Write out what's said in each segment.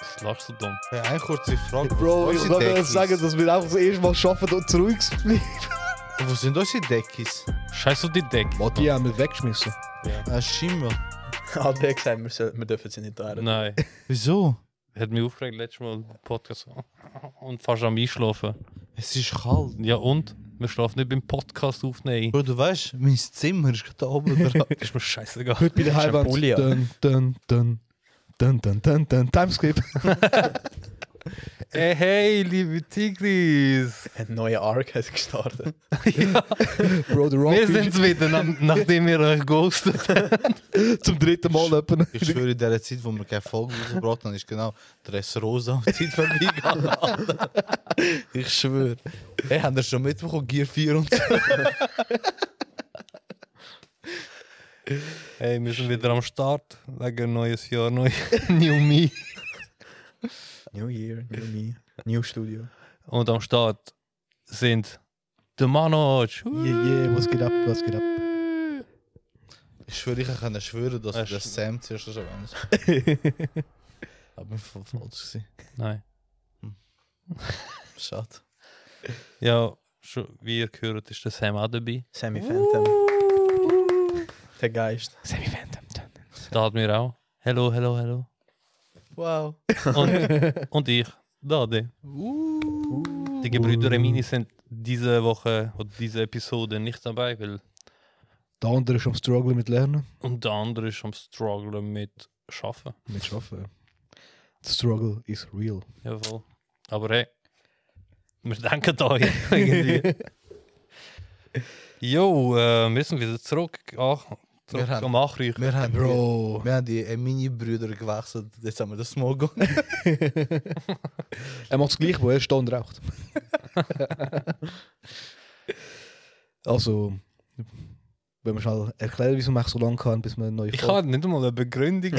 Was lachst du dumm? Hey, eine kurze Frage. Bro, Wo ich sind wollte gerade Deckis? sagen, dass wir einfach das erste Mal schaffen und ruhig bleiben. Wo sind unsere Deckis? Scheiß auf die Decke. Boah, die haben wir weggeschmissen. Ein Schimmel. Hat er gesagt, wir, soll- wir dürfen sie nicht hören. Nein. Wieso? Hat mich aufgeregt letztes Mal im Podcast. Und fast am Einschlafen. Es ist kalt. Ja und? Wir schlafen nicht beim Podcast auf, nein. Bro, du weißt, mein Zimmer ist gerade oben dran. Ist mir scheißegal. Heute bei der Highwand. Pulli, ja. Dun, dun, dun. Dun, dun, dun, dun. Timeskip. Hey, hey, Eh, liebe Tigris. Ein neuer Arc hat gestartet. Bro, der Rock Wir sind's wieder, na- nachdem wir euch ghostet. ist zum dritten Mal öppen. Ich schwöre, in der Zeit, wo wir keine Folge rausgebracht haben, ist genau Dress Rosa und Zeit vorbeigegangen. Alter. ich schwöre. Hey, haben wir schon mitbekommen? Gear 4 und so. Hey, wir sind wieder am Start. Wegen neues Jahr, neu. New Me. New Year, New Me, New Studio. Und am Start sind der Manoj. Yeah, yeah, was geht ab, was geht ab? Ich schwöre, ich kann schwören, dass Hast du du- das Sam zuerst schon erwähnt Aber ich voll falsch gesehen. Nein. Schade. Ja, schon, wie ihr gehört, ist der Sam auch dabei. Sammy Phantom. Der Geist. Sammy Phantom. dun. Da hat mir auch. Hello, hello, hello. Wow. Und, und ich, Dade. Die Gebrüder Remini sind diese Woche oder diese Episode nicht dabei, weil Der andere ist am Struggle mit Lernen. und der andere ist am Struggle mit Schaffen. Mit Schaffen. Struggle is real. Jawohl. Aber hey, wir denken da irgendwie. Jo, äh, wir sind wieder zurück, ach, zurück haben- am Nachreichen. Wir haben, Bro. wir haben die Mini-Brüder gewechselt. Jetzt haben wir den Smogon. Er macht es gleich, wo er steht und raucht. also, wenn wir schnell erklären, wieso wir so lange kann, bis wir eine neue Ich habe nicht mal eine Begründung.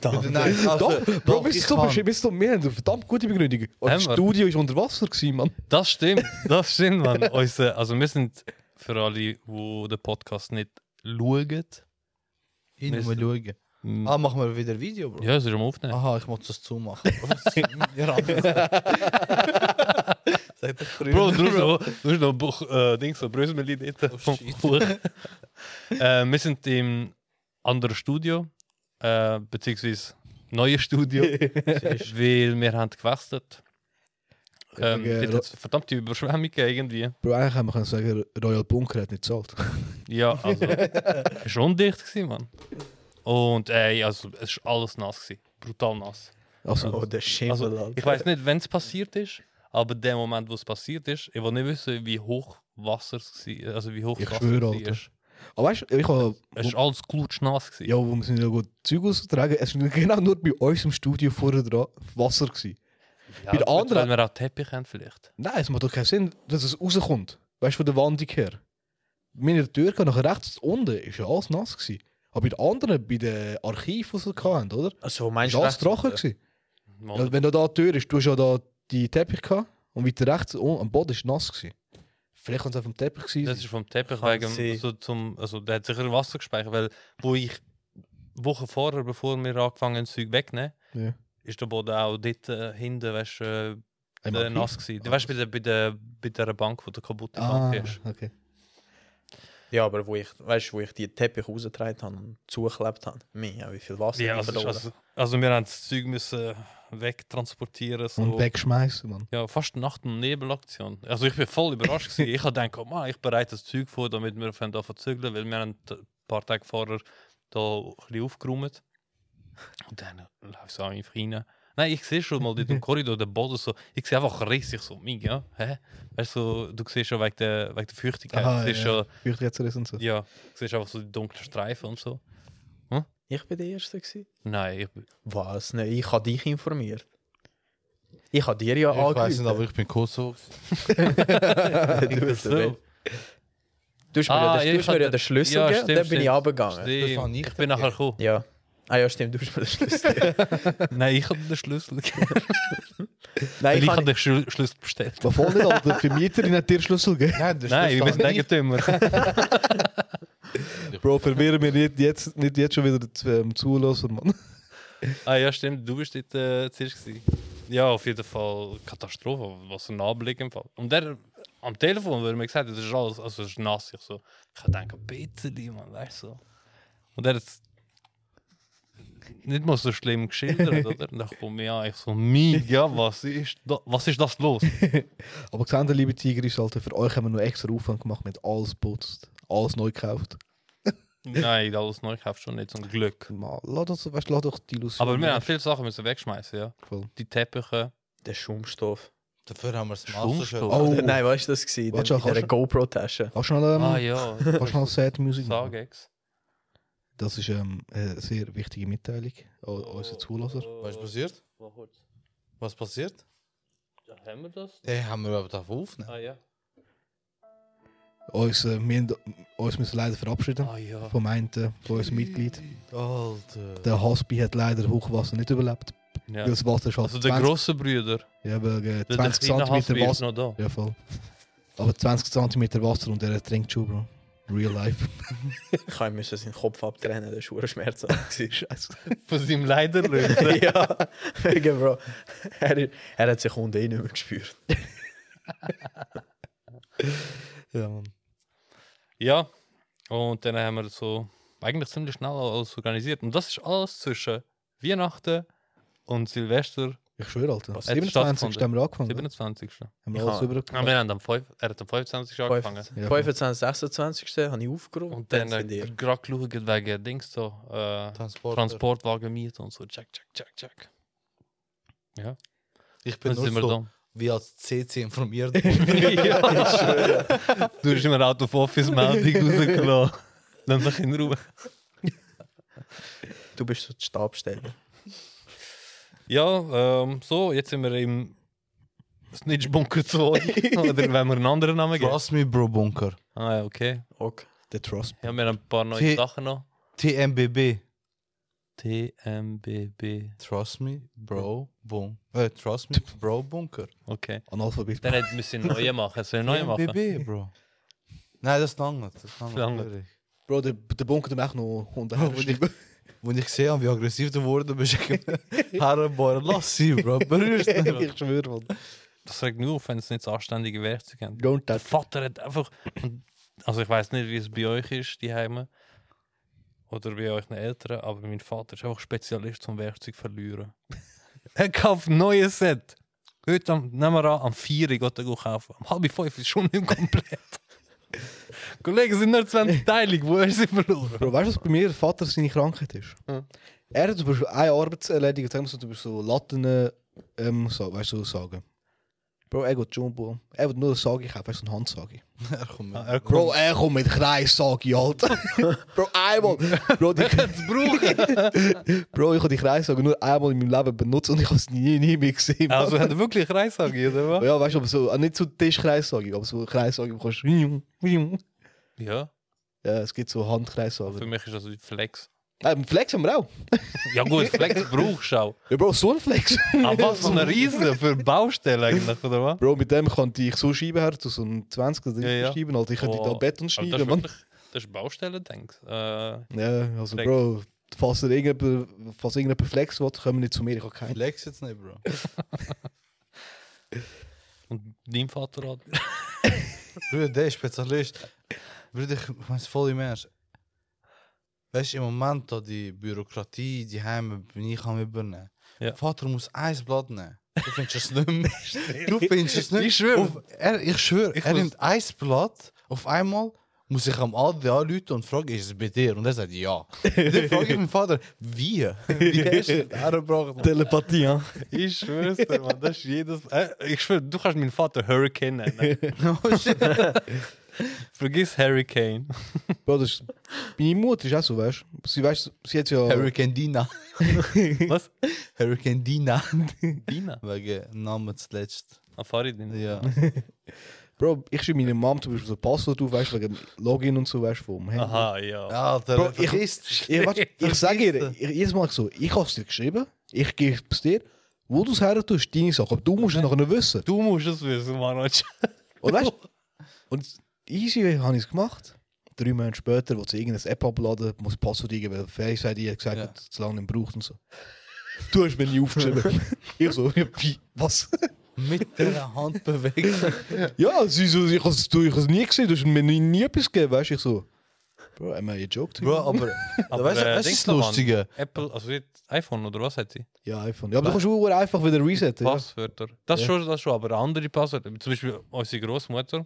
Dann. Nein, also, Doch, Bro, bist ich du, kann. bist, bist du, wir haben eine verdammt gute Begründung. Das Haben wir? Studio war unter Wasser, gewesen, Mann. Das stimmt, das stimmt, man. Unser, also wir sind für alle, die den Podcast nicht schauen. Ich muss mal schauen. m- Ah, machen wir wieder Video, Bro? Ja, es ist am Aufnehmen. Aha, ich muss das zumachen. Was? Ihr anderen- Seid ihr früher? Ah, Bro, du hast noch, du hast noch Buch, äh, Ding, so Brösmeli dort. Oh, vom shit. Buch. äh, wir sind im anderen Studio, äh, beziehungsweise neuen Studio, weil wir haben gewechselt. Ähm, eh, Wegen dort Ro- hat's verdammte Überschwemmung gegeben irgendwie. Bro, eigentlich haben wir können sagen, Royal Bunker hat nicht gezahlt. Ja, also. es war undicht, gewesen, Mann. Und ey, also, es war alles nass. Gewesen. Brutal nass. Also, Oh, der Schimmel, Also, Alter. ich weiß nicht, wenn es passiert ist, aber der Moment, wo es passiert ist, ich will nicht wissen, wie hoch Wasser es war. Also, wie hoch Ich das Wasser schwöre, war. Alter. aber weißt du, ich habe, Es war alles klutschnass. gewesen. ja, wo wir sind ja gut Zeug austragen, es war genau nur bei uns im Studio vorher dran Wasser. Gewesen. Ja, bei der gut, anderen- Wenn wir auch Teppich haben, vielleicht. Nein, es macht doch keinen Sinn, dass es rauskommt. Weißt du, von der Wand her. Meine Tür geht nach rechts unten, ist ja alles nass. Gewesen. Aber bei den anderen, bei den Archiven, die sie hatten, oder? Also, Ist meinst du, alles rechts- trocken. Gewesen. Mal- Ja, wenn du da die Tür ist, du hast ja da die Teppich gehabt und weiter rechts un- am Boden ist nass. Gewesen. Vielleicht kann es auch vom Teppich Das gewesen. ist vom Teppich Kann wegen. sein. So zum, also, der hat sicher Wasser gespeichert, weil wo ich Wochen vorher, bevor wir angefangen haben, das Zeug wegzunehmen, Ja. ist der Boden auch dort äh, hinten, weißt du, äh, Ein der Archiv? nass gewesen. Du weißt, bei der, bei, der, bei der Bank, wo der kaputte Ah, Bank ist. okay. Ja, aber wo ich, weißt, wo ich die Teppich rausgetragen habe und zugeklebt habe. Mia, wie viel Wasser Ja, ich also, verloren also, also wir haben das Zeug müssen wegtransportieren. So. Und wegschmeißen, Mann. Ja, fast Nacht- und Nebelaktion. Also ich bin voll überrascht. gewesen. ich habe gedacht, oh Mann, ich bereite das Zeug vor, damit wir anfangen da verzögern, weil wir haben ein paar Tage vorher da ein bisschen aufgeräumt. Und dann läuft es auch einfach rein. Nein, ich sehe schon mal dort im Korridor den Boden so, ich sehe einfach riesig so, mega, hä? Weißt du, so, du siehst schon wegen der, wegen der Feuchtigkeit, Aha, du siehst ja. schon, Vielleicht jetzt ist und so. ja, du siehst einfach so die dunklen Streifen und so. Ich bin der Erste. Gewesen. Nein, ich, Was? Nein, ich habe dich informiert. Ich habe dir ja Ich weiß nicht, aber angerufen. ich bin Kosovo. du, bist so. der Beste. du hast mir, Ah, ja, ja, den, du ich hab hast mir Dus ja den den- Schlüssel ja, gegeben, stimmt, dann bin ich stimmt. runtergegangen. Stimmt, Das war nicht ich bin nachher gekommen. Ja. Ah ja, stimmt, du hast mir den Schlüssel. Nein, ich habe den Schlüssel. Nein, Weil ich ich habe kann den Schlü- Schlüssel bestellt. Man voll nicht, aber der Vermieterin hat dir Schlüssel gegeben. Nein, das Nein, wir sind Eigentümer. Bro, verwirren wir nicht jetzt, nicht jetzt schon wieder zu- ähm, zulassen, Mann. ah ja, stimmt. Du bist dort äh, zuerst. Gewesen. Ja, auf jeden Fall Katastrophe. Was ein Anblick im Fall. Und der am Telefon wurde mir gesagt, das ist alles, also das ist nass. Ich so, ich denke, bitte die, man, weißt du. So. Und der hat es nicht mal so schlimm geschildert, oder? Und dann komme ich an, ich so, mega, was ist, da, was ist das los? Aber gesehen, liebe Tiger, ist halt, für euch haben wir noch extra Aufwand gemacht, mit alles putzt, alles neu gekauft. Nein, alles neu, ich habe schon nicht, zum Glück. Mal, lass, das, weißt, lass doch die Illusion. Aber wir haben viele Sachen müssen wegschmeißen, ja. Voll. Die Teppiche. den Schaumstoff. Dafür haben wir es Schrumpfstoff. Master Oh. Nein, weißt du das gewesen? Warte, In kannst der du- GoPro-Tasche. Hast du noch, ähm, Ah ja, hast du noch Sad Music? Sagex. Das ist ähm, eine sehr wichtige Mitteilung an an unsere Zulasser. Äh, Was ist passiert? Was passiert? Haben wir das? Den haben wir aber davon aufnehmen. Ah ja. Uns, äh, wir, haben- uns müssen leider verabschieden Ah ja. vom einen, äh, von unserem Mitglied. Alter. Der Haspi hat leider Hochwasser nicht überlebt. ja. Weil das Wasser schon Also der grosse Bruder. ja, weil, äh, Der, der 20 kleine Hass cm ist Wasser. noch da. Ja, voll. Aber 20 cm Wasser und er trinkt schon, Bro. Real life. Ich habe ihm müssen seinen Kopf abtrennen, das war Schmerz. Scheiße. Von seinem Leiderlöser. ja, wegen Bro. Er, er hat sich unten eh nicht mehr gespürt. Ja, Mann. ja. Und dann haben wir so eigentlich ziemlich schnell alles organisiert. Und das ist alles zwischen Weihnachten und Silvester Ich schwöre, Alter. Was hat 27. haben wir angefangen. 27. Haben wir Ich alles kann- Ja, übergekommen. Ah, wir haben am 5, er hat am 25. angefangen. 25, 26. habe ich aufgeräumt. Und dann sind ihr. äh, gerade geschaut wegen Dings da. Äh, Transporter. Transportwagen mieten und so. Check, check, check, check. Ich bin Dann nur sind wir so da. wie als CC informiert. Du hast immer Out of Office Meldung rausgelassen. Lass mich in Ruhe. Du bist so die Stabstelle. Ja, ähm, so, jetzt sind wir im Snitch Bunker 2. Oder wenn wir einen anderen Namen geben. Trust me, Bro Bunker. Ah, ja, okay. Okay. Der Trust. Ja, wir haben ein paar neue Die- Sachen noch. TMBB. TMBB. Trust me, Bro Bunker. Äh, trust me, Bro Bunker. Okay. Analphabet. Dann hätten wir sie neue machen. Sollen wir neue machen? TMBB, Bro. Nein, das langt nicht. Das langt Langt. nicht. Bro, der, der Bunker macht noch 100 Oh, und ich, und ich sehe, wie aggressiv du geworden bist. Herrenbohren, lass sie, Bro. Berührst du nicht. ich schwöre, Mann. Das regt nur auf, wenn es nicht so anständige Werkzeuge haben. Don't Der touch. Vater hat einfach. Also, ich weiß nicht, wie es bei euch ist, die Heime. Oder bei euren Eltern, aber mein Vater ist einfach Spezialist zum Werkzeug verlieren. er kauft ein neues Set. Heute, am, nehmen wir an, am 4 Uhr geht er gut kaufen. Am halb 5 ist schon nicht komplett. Kollegen, es sind nur 20 Teile, wo er sie verloren? Bro, weißt du, was bei mir der Vater seine Krankheit ist? Hm. Er hat zum Beispiel eine Arbeit erledigt, sagen wir so, zum Beispiel so Latten, ähm, so, weißt du, so sagen. Bro, er geht Jumbo. Er wird nur eine Sage kaufen, weißt du, eine Handsage. Er kommt mit. Er Bro, er kommt mit Kreissage, Alter. Bro, einmal. Bro, die, Bro, ich habe die Kreissage nur einmal in meinem Leben benutzt und ich habe es nie, nie mehr gesehen. Mann. Also, hat er wirklich Reisage, oder was? ja, weißt du, aber so, ah, nicht so Tischkreissage, aber so Kreissage, wo du kannst. Ja, Ja, es gibt so für Handkreissagen. mich ist das ein Flex. Ähm, Flex haben wir auch. Ja, gut, Flex brauchst du auch. Ja, Bro, so ein Flex. Aber was so eine Riese für Baustelle eigentlich, oder was? Bro, mit dem kann ich so Scheiben her, zu so einem 20 oder 30 Ja, ja. Scheiben, Alter. Ich könnte Oh, da Beton Aber das schneiden, ist Mann. wirklich, das ist Baustelle, denkst äh, Ja, also Flex. Bro, falls er irgendjemand, falls irgendjemand Flex will, kommen nicht zu mir, ich habe keinen. Flex jetzt nicht, Bro. Und dein Vater hat. Bruder, der ist Spezialist. Bruder, ich mein's voll im Ernst. Weißt du, im Moment, da die Bürokratie, die Heime, bin ich am Übernehmen. Ja. Vater muss ein Blatt nehmen. Du findest es nicht mehr. du findest es nicht Ich schwöre. Auf, er, ich schwöre, Ich er muss- nimmt ein Blatt. Auf einmal muss ich am AD anrufen und fragen, ist es bei dir? Und er sagt ja. Dann frage ich meinen Vater, wie? Wie hast du das hergebracht? Telepathie, ja. Ich schwör's dir, Mann, das ist jedes. Äh, ich schwör, du kannst meinen Vater Hurricane nennen. Oh, shit. Vergiss Hurricane. Bro, dus, das ist, meine Mutter ist auch so, weißt du. Sie, weißt, sie hat ja... Hurricane Dina. Was? Hurricane Dina. Dina. Ah, Wegen Namen zuletzt. Afari Dina. Ja. Bro, ich schreibe meiner Mom zum Beispiel so ein Passwort auf, weißt du, wegen Login und so, weißt du, vom Handy. Aha, ja. Alter, Bro, ich- vergisst. Ich, warte, ich sage ihr, ich, jedes Mal so, ich habe es dir geschrieben, ich gebe es dir, wo du es her tust, deine Sache, aber du musst es nachher wissen. Du musst es wissen, Manoj. Und weißt du, und easy habe ich es gemacht. Drei Monate später, wo sie irgendeine App abladen, muss das Passwort eingeben, weil Ferris hat ihr gesagt, Ja. dass es zu lange nicht braucht und so. Du hast mir nie aufgeschrieben. ich so, wie, was? Mit der Hand bewegt. Ja, sie so, ich habe es ich hab's nie gesehen, du hast mir nie, nie etwas gegeben, weißt du, ich so. Bro, am I a joke to you? Bro, aber. Aber, weißt du, äh, das Dings ist noch, Mann. lustige. Apple, also wie iPhone oder was hat sie? Ja, iPhone. Ja, aber du kannst auch einfach wieder resetten. Ja. Passwörter. Das, Ja. schon, das schon, aber andere Passwörter. Zum Beispiel unsere Großmutter.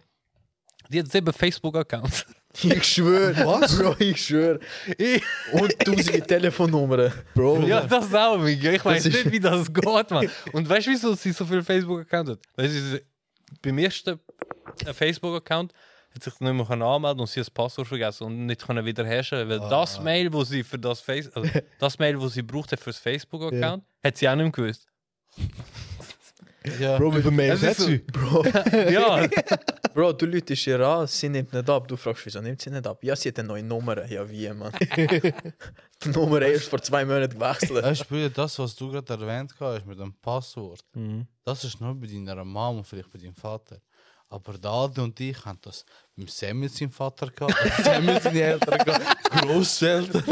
Die hat sieben Facebook-Accounts. Ich schwöre. Was? Bro, ich schwöre. Und tausende Telefonnummern. Bro, Ja, das auch, Miguel. Ich weiß Das ist- nicht, wie das geht, Mann. Und weißt du, wieso sie so viele Facebook-Accounts hat? Weil sie beim ersten äh, Facebook-Account hat sich nicht mehr anmelden und sie hat das Passwort vergessen und nicht können wiederherstellen. Ah. Weil das Mail, wo sie für das Face also das Mail, wo sie brauchte für das Facebook-Account, hat sie auch nicht mehr gewusst. Ja. Bro, wie viel Mails Das hat ist so- sie? Bro, Ja, Bro, du läutest ihr an, sie nimmt nicht ab. Du fragst, wieso nimmt sie nicht ab? Ja, sie hat eine neue Nummer. Ja, wie, Mann? Die Nummer erst vor zwei Monaten gewechselt. Weißt du, Bruder, das, was du gerade erwähnt hast mit dem Passwort, Mhm. das ist nur bei deiner Mama und vielleicht bei deinem Vater. Aber der Adi und ich haben das mit Sam mit seinem Vater gehabt, mit Sam mit seinen Eltern gehabt, Grosseltern,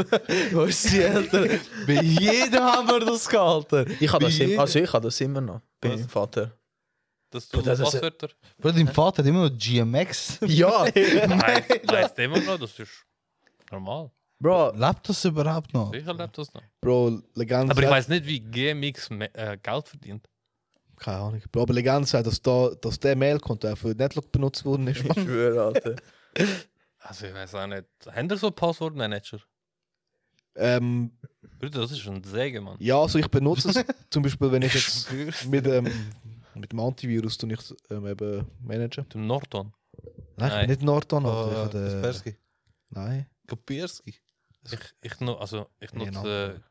unsere Eltern. Bei jedem haben wir das gehabt, Alter. Ich habe Bei das, im, jedem- also ich habe das immer noch. Bei Was? meinem nou. Vater. das tut Das ist- Passwörter. Bruder, dein Vater hat immer noch GMX. Ja, Nein, weißt du immer noch, das ist normal. Bro, Lebt das überhaupt noch? Sicher lebt das noch. Bro, Legende Aber ich sagt- weiß nicht, wie GMX me- äh, Geld verdient. Keine Ahnung. Bro, aber Legende sagt, dass, da, dass der Mailkonto auch für Netlock benutzt worden ist. ich schwöre, Alter. Also ich weiß auch nicht. Haben ihr so einen Passwortmanager? ähm, Bruder, das ist ein Säge, Mann. ja, also ich benutze es zum Beispiel, wenn ich jetzt Mit mit, ähm, mit dem Antivirus tue ich ähm, eben managen. dem Norton. Nein, ich Nein. bin nicht Norton, Oh, Alter. ich habe den, Kaspersky. nein. Kaspersky. Ich, ich, nu- also, ich Nee, nutze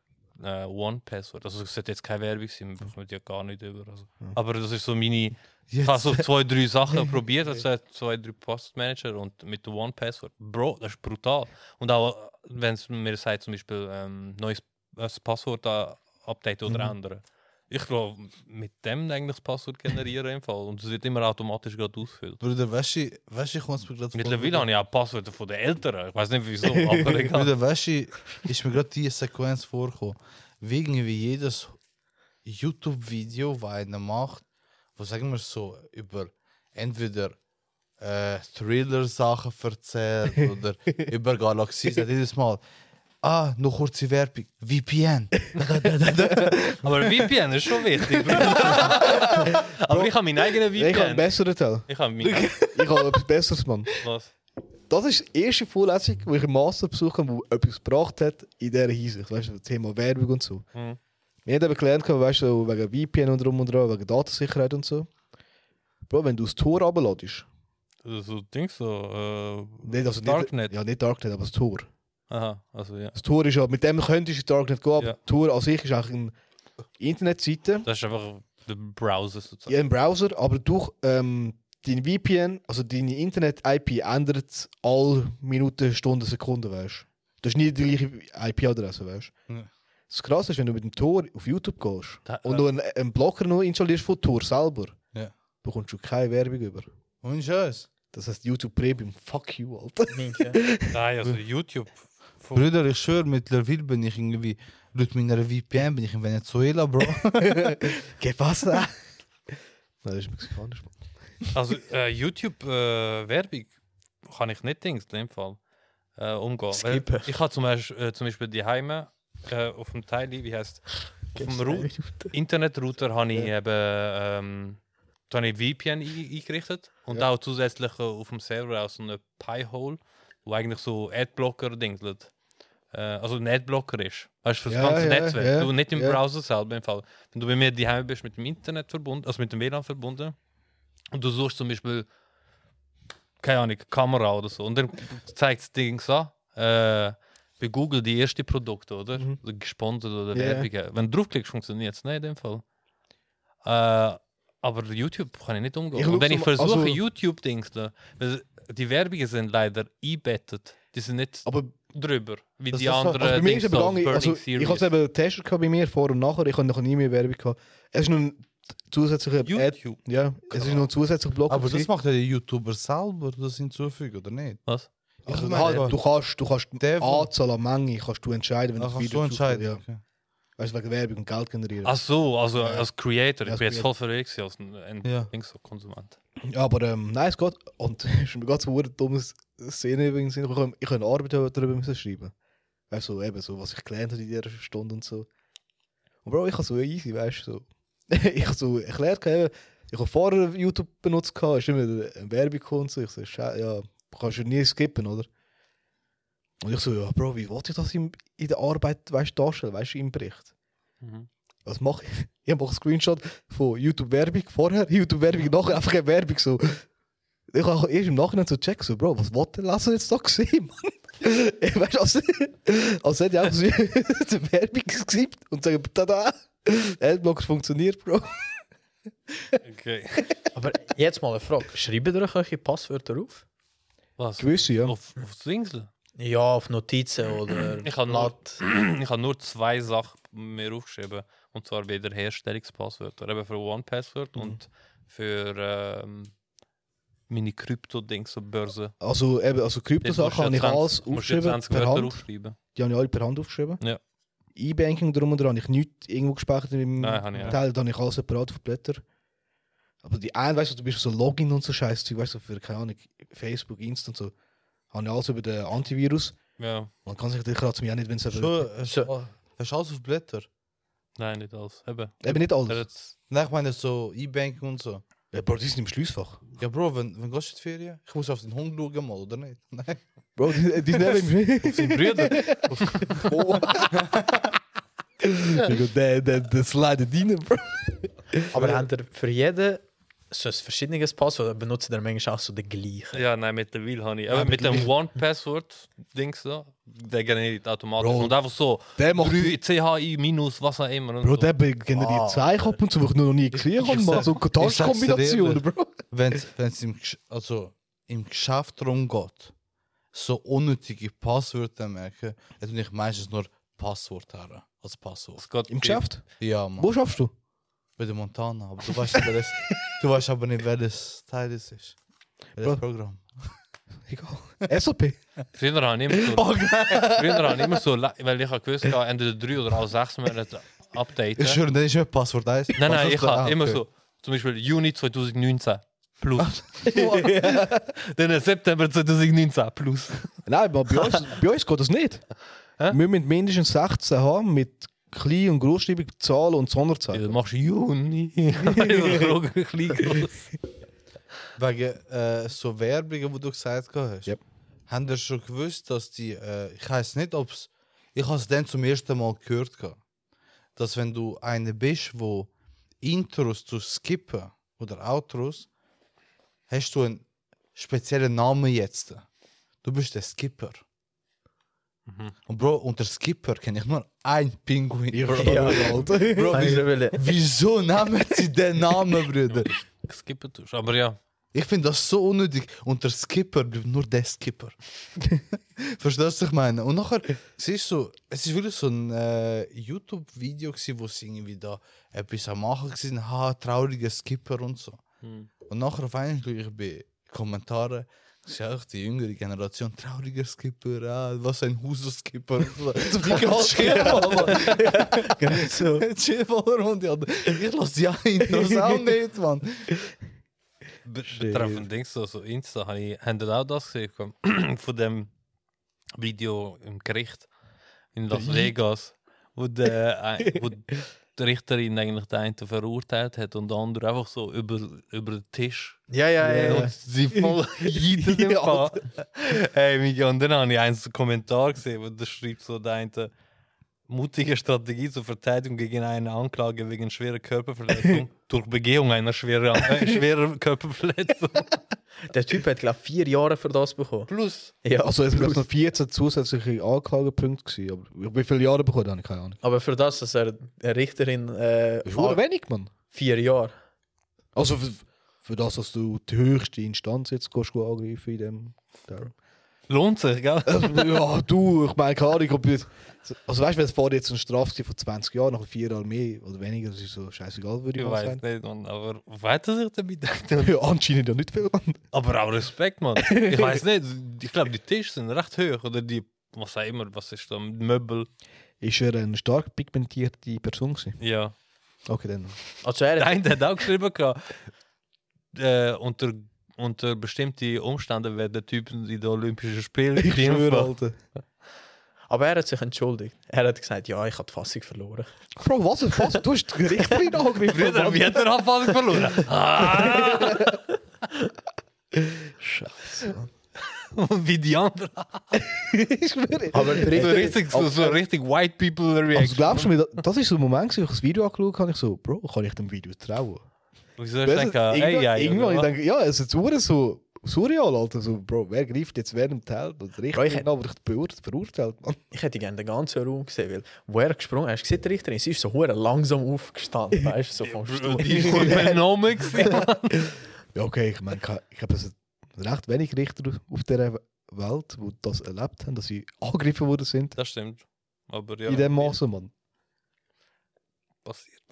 äh, äh, One Password. Also es sollte jetzt keine Werbung sein, wir bekommen die ja gar nicht über. Also. Ja. Aber das ist so meine... Ich Jetzt. habe so zwei, drei Sachen probiert, also zwei, drei Passwortmanager und mit dem One Password. Bro, das ist brutal. Und auch, wenn es mir sagt, zum Beispiel ähm, neues äh, das Passwort äh, update oder Mhm. ändern. Ich glaube, mit dem eigentlich das Passwort generieren im Fall. Und es wird immer automatisch gerade ausgefüllt. Bruder, weißt du, weißt du, ich komme mir gerade vor, Mittlerweile Bruder. habe ich auch Passwörter von den Eltern. Ich weiß nicht wieso, aber egal. Bruder, weißt du, ist mir gerade diese Sequenz vorgekommen. Wegen wie jedes YouTube-Video, was einer macht, wo sagen wir so über entweder äh, Thriller-Sachen erzählt oder über Galaxie, sagt jedes Mal. Ah, noch kurze Werbung. VPN. Aber VPN ist schon wichtig. aber ich habe meinen eigenen Ich habe einen VPN. besseren Teil. Ich habe meinen. Ich habe etwas Besseres, Mann. Was? Das ist die erste Vorlesung, die ich im Master besucht habe, die etwas gebracht hat in dieser Hinsicht. Weißt du, das Thema Werbung und so. Mhm. Wir haben eben gelernt, weißt du, wegen VPN und drum und dran, wegen Datensicherheit und so. Bro, wenn du das Tor runterladest, So Dings so. Äh, nicht, also Darknet. Nicht, ja, nicht Darknet, aber das Tor. Aha, also ja. Das Tor ist ja, mit dem könntest du in Darknet gehen, aber Ja. Tor an sich ist eigentlich eine Internetseite, Das ist einfach der Browser sozusagen. ja, ein Browser, aber durch ähm, dein VPN, also deine Internet-IP ändert alle Minuten, Stunden, Sekunden, weißt du. Du hast nie die gleiche IP-Adresse, weißt du. Ja. Das Krasse ist, wenn du mit dem Tor auf YouTube gehst Da- und du einen, einen Blocker noch installierst von Tor selber, Ja. bekommst du keine Werbung über. Und Scheiß. Das heißt YouTube Premium, fuck you, Alter. Nein, also Ah, YouTube. Bruder, ich schwöre, mittlerweile bin ich irgendwie, laut meiner VPN bin ich in Venezuela, Bro. Geh was Nein, das ist mexikanisch. Mann. Also äh, YouTube-Werbung kann ich nicht Dings in dem Fall äh, umgehen. Weil Skippen. Ich habe zum, Beispiel- äh, zum Beispiel die Heime äh, auf dem Teil, wie heißt auf dem Ru Internetrouter habe ich eben ähm, da habe ich VPN ei- eingerichtet und auch zusätzlich äh, auf dem Server aus so einem Pi-Hole, wo eigentlich so Adblocker dingselt. Äh, also ein Adblocker ist. Weißt du, für das Ja, ganze ja, Netzwerk. ja, du nicht im ja. Browser selber im Fall. Wenn du bei mir daheim bist mit dem Internet verbunden, also mit dem WLAN verbunden und du suchst zum Beispiel keine Ahnung, Kamera oder so. Und dann zeigt das Ding so, äh, bei Google die ersten Produkte, oder? Mhm. So Gesponsert oder Ja, ja. ne, Werbung. Wenn du draufklickst, funktioniert es nicht in dem Fall. Äh, Aber YouTube kann ich nicht umgehen. Ich und schau wenn ich zum- versuche, also- YouTube-Dings, da- weil die Werbungen sind leider eingebettet. Die sind nicht Aber drüber, wie Das- die das war- anderen Also bei mir Dings, ist eben so gegangen, Burning also ich Series. hatte eben einen Tester gehabt bei mir vor und nachher, ich hatte noch nie mehr Werbung gehabt. Es ist noch ein zusätzlicher Ad, YouTube. ja, es ist noch ein zusätzlicher Block. Aber das gewesen. macht ja der YouTuber selber, das hinzufügen, oder nicht? Was? Ich also, meine, halt, du kannst, du kannst die Der- Anzahl an Menge kannst du entscheiden, wenn da das kannst Video Also du zukommt, entscheiden. Ja. okay. Weißt du, wegen Werbung und Geld generieren. Ach so, also Ja. als Creator. Ich Als bin jetzt Creator. voll verrückt als ein, ein Ja. Dings, so Konsument. Ja, aber ähm, nein, es geht. Und es ist mir ganz so eine dumme Szene übrigens. Ich kann ich kann eine Arbeit darüber müssen schreiben. Weißt du, so, eben so, was ich gelernt habe in dieser Stunde und so. Und Bro, ich habe so easy, weißt du, so. ich habe so erklärt, eben, ich habe vorher YouTube benutzt, gehabt, ist immer eine Werbung gekommen und so. Ich so, Schei- ja, kannst du nie skippen, oder? Und ich so, ja, Bro, wie wollte ich das in, in der Arbeit, weißt du, darstellen, weißt du, im Bericht? Mhm. Was mache ich? Ich mache einen Screenshot von YouTube-Werbung vorher, YouTube-Werbung nachher, einfach eine Werbung so. Ich habe erst im Nachhinein so checken, so, Bro, was wollte lass uns jetzt da sehen, Mann? Ich weiß, also, als, als hätte ich einfach so die Werbung gesehen und sagen, tada, Adblock funktioniert, Bro. Okay. Aber jetzt mal eine Frage. Schreiben euch eure Passwörter auf? Was? Gewisse, ja. Auf, auf das Insel? Ja, auf Notizen oder Ich habe nur, Blatt. ich habe nur zwei Sachen mir aufgeschrieben. Und zwar Wiederherstellungspasswörter. Eben für OnePassword Mhm. und für ähm, meine Krypto-Dings, so Börse. Also, eben, also Dort musst du Kryptosachen habe ich ja 20 musst alles du ja aufgeschrieben, 20 per Wörter Hand. aufschreiben. Die habe ich alle per Hand aufgeschrieben. Ja. E-Banking drum und dran, habe ich nichts irgendwo gespeichert im Nein, habe ich auch. Teil, dann habe ich alles separat auf Blätter. Aber die einen, weißt du, du bist so Login und so Scheiß, du weißt du, für keine Ahnung, Facebook, Insta und so, habe ich alles über den Antivirus. Ja, Man kann sich sicher auch nicht, wenn es eben, Schon, äh, hast So. du hast alles auf Blätter. nein, nicht alles. Eben. eben nicht Er alles. hat- Nein, ich meine so E-Banking und so. Ja, Bro, die sind im Schliessfach. Ja, Bro, wenn, wenn gehst du in die Ferien? Ich muss auf den Hund schauen mal, oder nicht? Nein. Bro, die, die sind eben im Sein Bruder. Oh. der, der, der slidet rein, Bro. Aber habt ihr für jeden so ein verschiedenes Passwort oder benutzt ihr manchmal auch so den gleichen? Ja, nein, mittlerweile habe ich. Aber mit dem One-Password-Dings da, der generiert automatisch. Bro. Und einfach so, Der macht. 3 CHI minus, was auch immer. Und Bro, so. der generiert Ah. zwei ab und zu, die ich noch nie gesehen ich habe. Mann. sag- So ich sag's dir Taschenkombinationen, Bro. Wenn es im, Gesch- also, im Geschäft darum geht, so unnötige Passwörter merken, dann tue ich meistens nur Passwort her. Als Passwort. Es geht Im Geschäft? Ja, Mann. Wo schaffst du? Bei der Montana. Aber du weißt, wer das, du weißt aber nicht, wer das Teil das ist. Wer Bro. das Programm. Egal. SAP. Früher habe ich immer so, früher habe ich immer so le- weil ich habe gewusst, ich habe entweder drei oder auch sechs Monate updaten. Ich schwöre, das ist nicht Passwort 1. nein, nein, ich Ah, habe immer so, zum Beispiel Juni 2019 plus. Dann September 2019 plus. Nein, aber bei uns, bei uns geht das nicht. Hä? Wir müssen mindestens 16 haben mit Klein- und Großschreibung, Zahlen und Ja, Sonderzeichen. dann machst du Juni. Also, klein, groß. Wegen äh, so Werbungen, die du gesagt hast, Yep. haben wir schon gewusst, dass die, äh, ich weiß nicht, ob es, ich habe es dann zum ersten Mal gehört, gehabt, dass wenn du einer bist, wo Intros zu skippen oder Outros, hast du einen speziellen Namen jetzt. Du bist der Skipper. Und Bro, unter Skipper kenne ich nur einen Pinguin. Ah, Ja. Alter. Bro, Habe ich wieso, so wollen. wieso nehmen sie den Namen, Brüder? Skippen tust. Aber dus. ja, Ich finde das so unnötig. Und der Skipper bleibt nur der Skipper. Verstehst du, was ich meine? Und nachher, siehst du, es ist wirklich so ein äh, YouTube-Video, gewesen, wo sie irgendwie da etwas am Machen waren. Ha, trauriger Skipper und so. Hm. Und nachher auf einmal schaue ich bei Kommentaren, das ist ja auch die jüngere Generation, trauriger Skipper, ah, was ein Huso-Skipper. und so. Digga, chill mal, Mann. so. Chill mal runter. Alter. Ich lasse ja Intros auch nicht, Mann. betreffend Dings, so, so Insta, habe ich haben dann auch das gesehen komm, von dem Video im Gericht in Las Vegas, eh, wo der, ein- wo die Richterin eigentlich den einen verurteilt hat und der andere einfach so über, über den Tisch. Ja, ja, ja. Äh, Und ja. sie voll jeden im Ja, Fall. Hey, Migi, und dann habe ich einen Kommentar gesehen, wo der schreibt so der eine mutige Strategie zur Verteidigung gegen eine Anklage wegen schwerer Körperverletzung durch Begehung einer schweren, äh, schwerer Körperverletzung. Der Typ hat, glaube ich, vier Jahre für das bekommen. Plus, Ja, Also, es waren noch 14 zusätzliche Anklagepunkte. Gewesen, aber wie viele Jahre bekommen habe ich keine Ahnung. aber für das, dass er eine Richterin. Äh, Das ist nur ah, wenig, Mann. vier Jahre. Also für, für das, dass du die höchste Instanz jetzt kannst du angreifen in dem. Term. Lohnt sich, gell? Ähm, ja, du, ich meine, keine Ahnung, ob jetzt. Also weißt du, wenn es vorher jetzt eine Strafe war von 20 Jahren, nach vier Jahren mehr oder weniger, das ist so scheißegal, würde Ich ich mal sagen. weiß nicht, Mann. Aber weiter sich dabei denkt. Ja, anscheinend ja nicht viel. Mann. Aber auch Respekt, Mann. Ich weiß nicht. Ich glaube, die Tische sind recht hoch. Oder die, was auch immer, was ist da, Möbel. Ist er eine stark pigmentierte Person gewesen? Ja. Okay, dann. Also er Der hat eine hat auch geschrieben, gehabt, äh, unter, unter bestimmten Umständen wäre der Typ in den Olympischen Spielen. Ich schwöre, geimpft. Alter. Aber er hat sich entschuldigt. Er hat gesagt, ja, ich habe die Fassung verloren. Bro, was ein Fass? Du hast richtig angegriffen. Bruder, Mann. wie hat er Anfang verloren? Ah! Scheiße. Mann. Und wie die anderen. Ich schwöre. Aber der So richtig, so, so richtig White People Reaction. Also glaubst du mir, da- das ist so ein Moment, wo ich das Video angeschaut habe, ich so, Bro, kann ich dem Video trauen? Wieso hast du Weißt du, gedacht, ey, irgendwann- ey, irgendwann, ich oder was? denke, ja, es ist so so surreal, Alter. So, Bro, wer greift jetzt wer im Teil? Und Bro, ich- richtig, aber ich beurteilt, verurteilt, Mann. Ich hätte gerne den ganzen Raum gesehen, weil wo er gesprungen ist, gesehen, die Richterin, sie ist so hure langsam aufgestanden, weißt du, so vom Bro, Stuhl. Die ist übernommen gewesen. Ja, okay, ich meine, ke- ich habe es recht wenig Richter auf dieser Welt, die das erlebt haben, dass sie angegriffen worden sind. Das stimmt. Aber ja. in dem Maße, Mann. Passiert.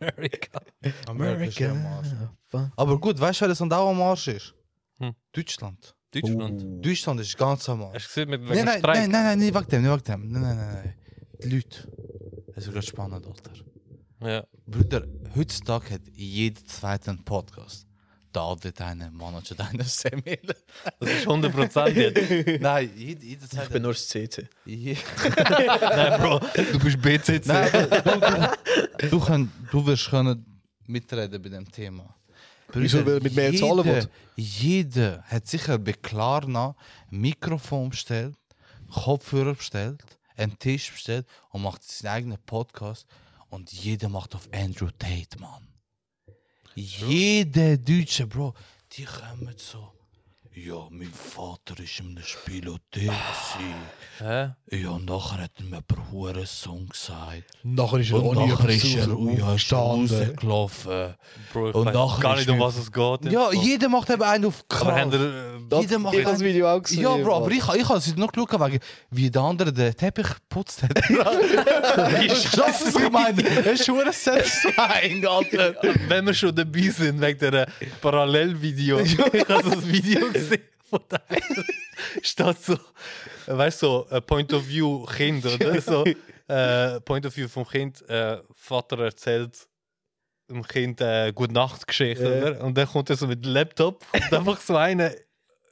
America. Amerika ist ja am Arsch. Fuck. Aber gut, weißt du, wer das an auch am Arsch ist? Hm. Deutschland. Deutschland. Oh. Deutschland ist ganz am Arsch. Hast du gesehen, mit Nein, welchem nein, Streik? nein, nein, nein, nicht wegen dem, nicht wegen dem. Nein, nein, nein, nein. Die Leute. Es ist gerade spannend, Alter. Ja. Bruder, heutzutage hat jeder zweite einen Podcast. Da hat einer Manager, deine Semmel. Das ist 100% jetzt. Nein, jeder, jeder Ich zweite. bin nur das CC. Je- Nein, Bro, du bist BCC. Nein, aber du, du, du, kann, du wirst können mitreden bei dem Thema. Wieso, weil er mit mehr zahlen will? Jeder hat sicher bei Klarna ein Mikrofon bestellt, Kopfhörer bestellt, einen Tisch bestellt und macht seinen eigenen Podcast. Und jeder macht auf Andrew Tate, Mann. Jeder Deutsche, Bro, die kommen so. Ja, mein Vater ist in der Spielothek. gewesen. Hä? Ja, und nachher hat mir per Hure Song gesagt. Nachher ist er Und auch nachher nicht ist er ja, ist er aufgestanden. rausgelaufen. Bro, ich Und weiß nachher gar ist nicht, um nicht- was es geht. Ja, jeder macht eben einen auf Aber Kraft. haben wir, äh, Jeder macht Ich habe das einen. Video auch gesehen. Ja, Bro, aber Mann. ich, ich habe es noch geschaut, wegen, wie der andere den Teppich geputzt hat. Scheiße, was ich meine. Das ist schon ein Selbstfeind, Alter. wenn wir schon dabei sind, wegen dieser Parallelvideo. ich habe das Video gesehen von da steht so, weißt du, so, äh, Point of View Kind, oder? So, äh, Point of View vom Kind, äh, Vater erzählt dem Kind äh, Gute Nacht Geschichte, Ja. oder? Und dann kommt er so mit dem Laptop und einfach so eine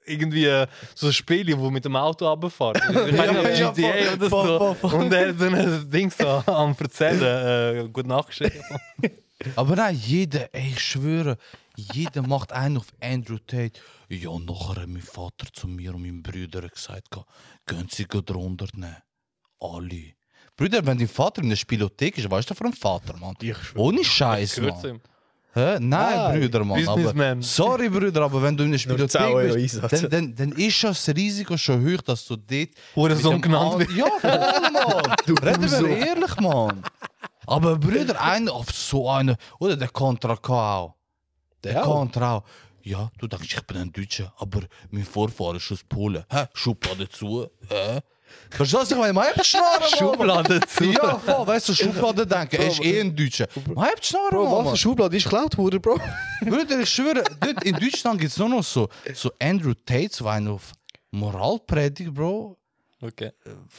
irgendwie äh, so ein Spiel, wo mit dem Auto runterfährt. Ich meine, Ja, GTA ja, oder voll, voll, so. Und er so ein Ding so am erzählen, äh, Gute Nacht Geschichte. Aber nein, jeder, ey, ich schwöre, jeder macht einen auf Andrew Tate. Ja, und nachher hat mein Vater zu mir und meinen Brüdern gesagt, «Geh, gehen Sie gut runternehmen. Alle. Brüder, wenn dein Vater in der Spielothek ist, weißt du von einem Vater, Mann? Ich schwöre. Ohne Scheiß, Gehört zu Mann. ihm. Hä? Nein, Nein. Brüder, Mann. Businessman. Aber, sorry, Brüder, aber wenn du in der Nur 10 Spielothek Euro bist, Einsatz. dann, dann, dann ist das Risiko schon hoch, dass du dort Hurensohn mit dem genannt An- wird. Ja, voll, Mann. Reden wir ehrlich, Mann. Aber Brüder, einer auf so einen. Oder der Contra K auch. Der Ja. Contra auch. Ja, du denkst, ich bin ein Deutscher, aber mein Vorfahren ist aus Polen. Hä? Schublade zu. Hä? Verstehst du, ich meine, man hat Schnorren, Mann. Schublade zu. Ja, voll, weißt du, Schublade denken, er ist eh ein Deutscher. Man hat Schnorren, Bro, Mann, was Mann. für Schublade ist geklaut worden, Bro? Brüder, ich schwöre, dort in Deutschland gibt es nur noch so, so Andrew Tate, so einen auf Moralpredigt, Bro. Okay.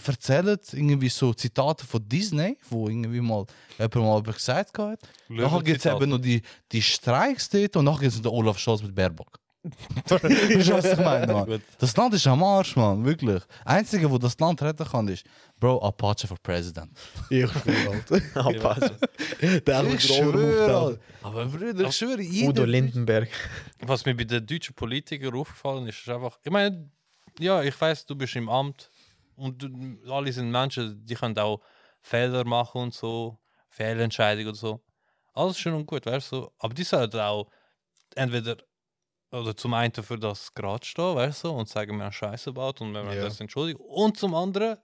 erzählt irgendwie so Zitate von Disney, wo irgendwie mal jemand mal über gesagt hat. Nachher gibt es Löwenzitat. eben noch die, die Streiks dort und nachher gibt es den Olaf Scholz mit Baerbock. Weisst du, was ich meine, Mann? Gut. Das Land ist am Arsch, Mann, wirklich. Einzige, wo das Land retten kann, ist Bro, Apache for President. Ich schwöre, Alter. Abpassen. Der hat mit den Ohren aufgetaucht. Aber Brüder, ich schwöre, jeder... Udo Lindenberg. Was mir bei den deutschen Politikern aufgefallen ist, ist einfach, ich meine, ja, ich weiß, du bist im Amt und du, alle sind Menschen, die können auch Fehler machen und so, Fehlentscheidungen und so. Alles schön und gut, weißt du. Aber die sollten auch entweder oder zum einen für das gerade stehen, weißt du, und sagen, wir haben Scheiße gebaut und wir haben Ja. das entschuldigt. Und zum anderen,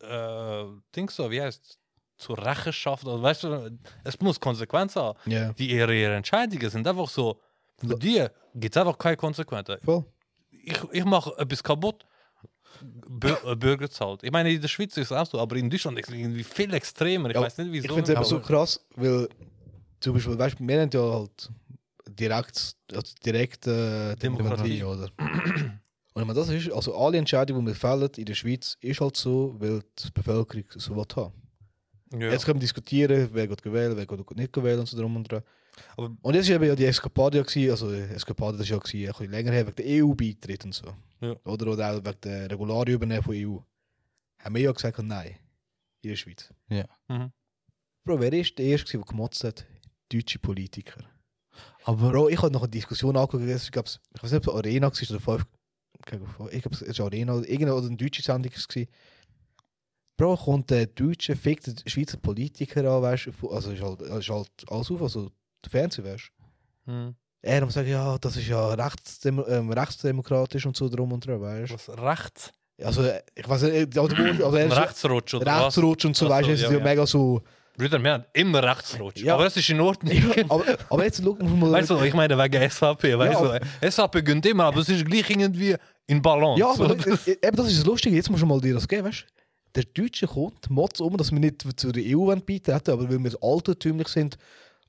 äh, Dings so, wie heißt zur Rechenschaft. Also, weißt du, es muss Konsequenzen haben. Ja. Die ihre, ihre Entscheidungen sind einfach so. Für die gibt es einfach keine Konsequenzen. Voll. Ich, ich mache etwas kaputt. Bür äh, Bürger zahlt. Ich meine, in der Schweiz ist es auch so, aber in Deutschland ist es irgendwie viel extremer. Ich Ja, weiß nicht, Ich wieso. finde es eben aber- so krass, weil zum Beispiel, weißt du, wir haben ja halt direkt, also direkt äh, Demokratie, Demokratie. oder? Und ich meine, das ist, also alle Entscheidungen, die wir fällen in der Schweiz, ist halt so, weil die Bevölkerung so will haben. ja. Jetzt können wir diskutieren, wer geht gewählt, wer geht nicht gewählt und so drum und dran. Aber- und jetzt war eben ja die Eskapade, ja gewesen, also die Eskapade das war ja gewesen, ein bisschen länger her, wegen der EU-Beitritt und so. Ja. Oder, oder auch wegen der Regularien übernehmen von EU. Haben wir ja gesagt, nein, in der Schweiz. Ja. Mhm. Bro, wer ist der Erste, der gemotzt hat? Deutsche Politiker. Aber Bro, ich habe noch eine Diskussion angeguckt, es gab's, ich weiß nicht, ob es Arena war oder fünf. keine Ahnung, Ich glaube, es war Arena oder irgendeine oder eine deutsche Sendung. War. Bro, kommt der deutsche, fickt den Schweizer Politiker an, weißt du, also ist halt, ist halt alles auf, also der Fernseher wärst. Hm. Er muss sagen, ja, das ist ja rechtsdem ähm, rechtsdemokratisch und so drum und dran, weißt du. Was rechts? Also, äh, ich weiß nicht, also, also er ist Rechtsrutsch oder was? Rechtsrutsch und so, Ach so, weißt du, es ja, ist ja ja. mega so. Brüder, wir haben immer Rechtsrutsch. Ja. Aber das ist in Ordnung. aber, aber jetzt schau mal. Weißt du, ich meine wegen SVP, weißt Ja, du, SVP gönnt immer, aber es ist gleich irgendwie in Balance. Ja, aber oder? das, eben, das ist das Lustige. Jetzt musst du mal dir das geben, weißt du? Der Deutsche kommt, motzt um, dass wir nicht zu der EU wollen beitreten aber weil wir altertümlich sind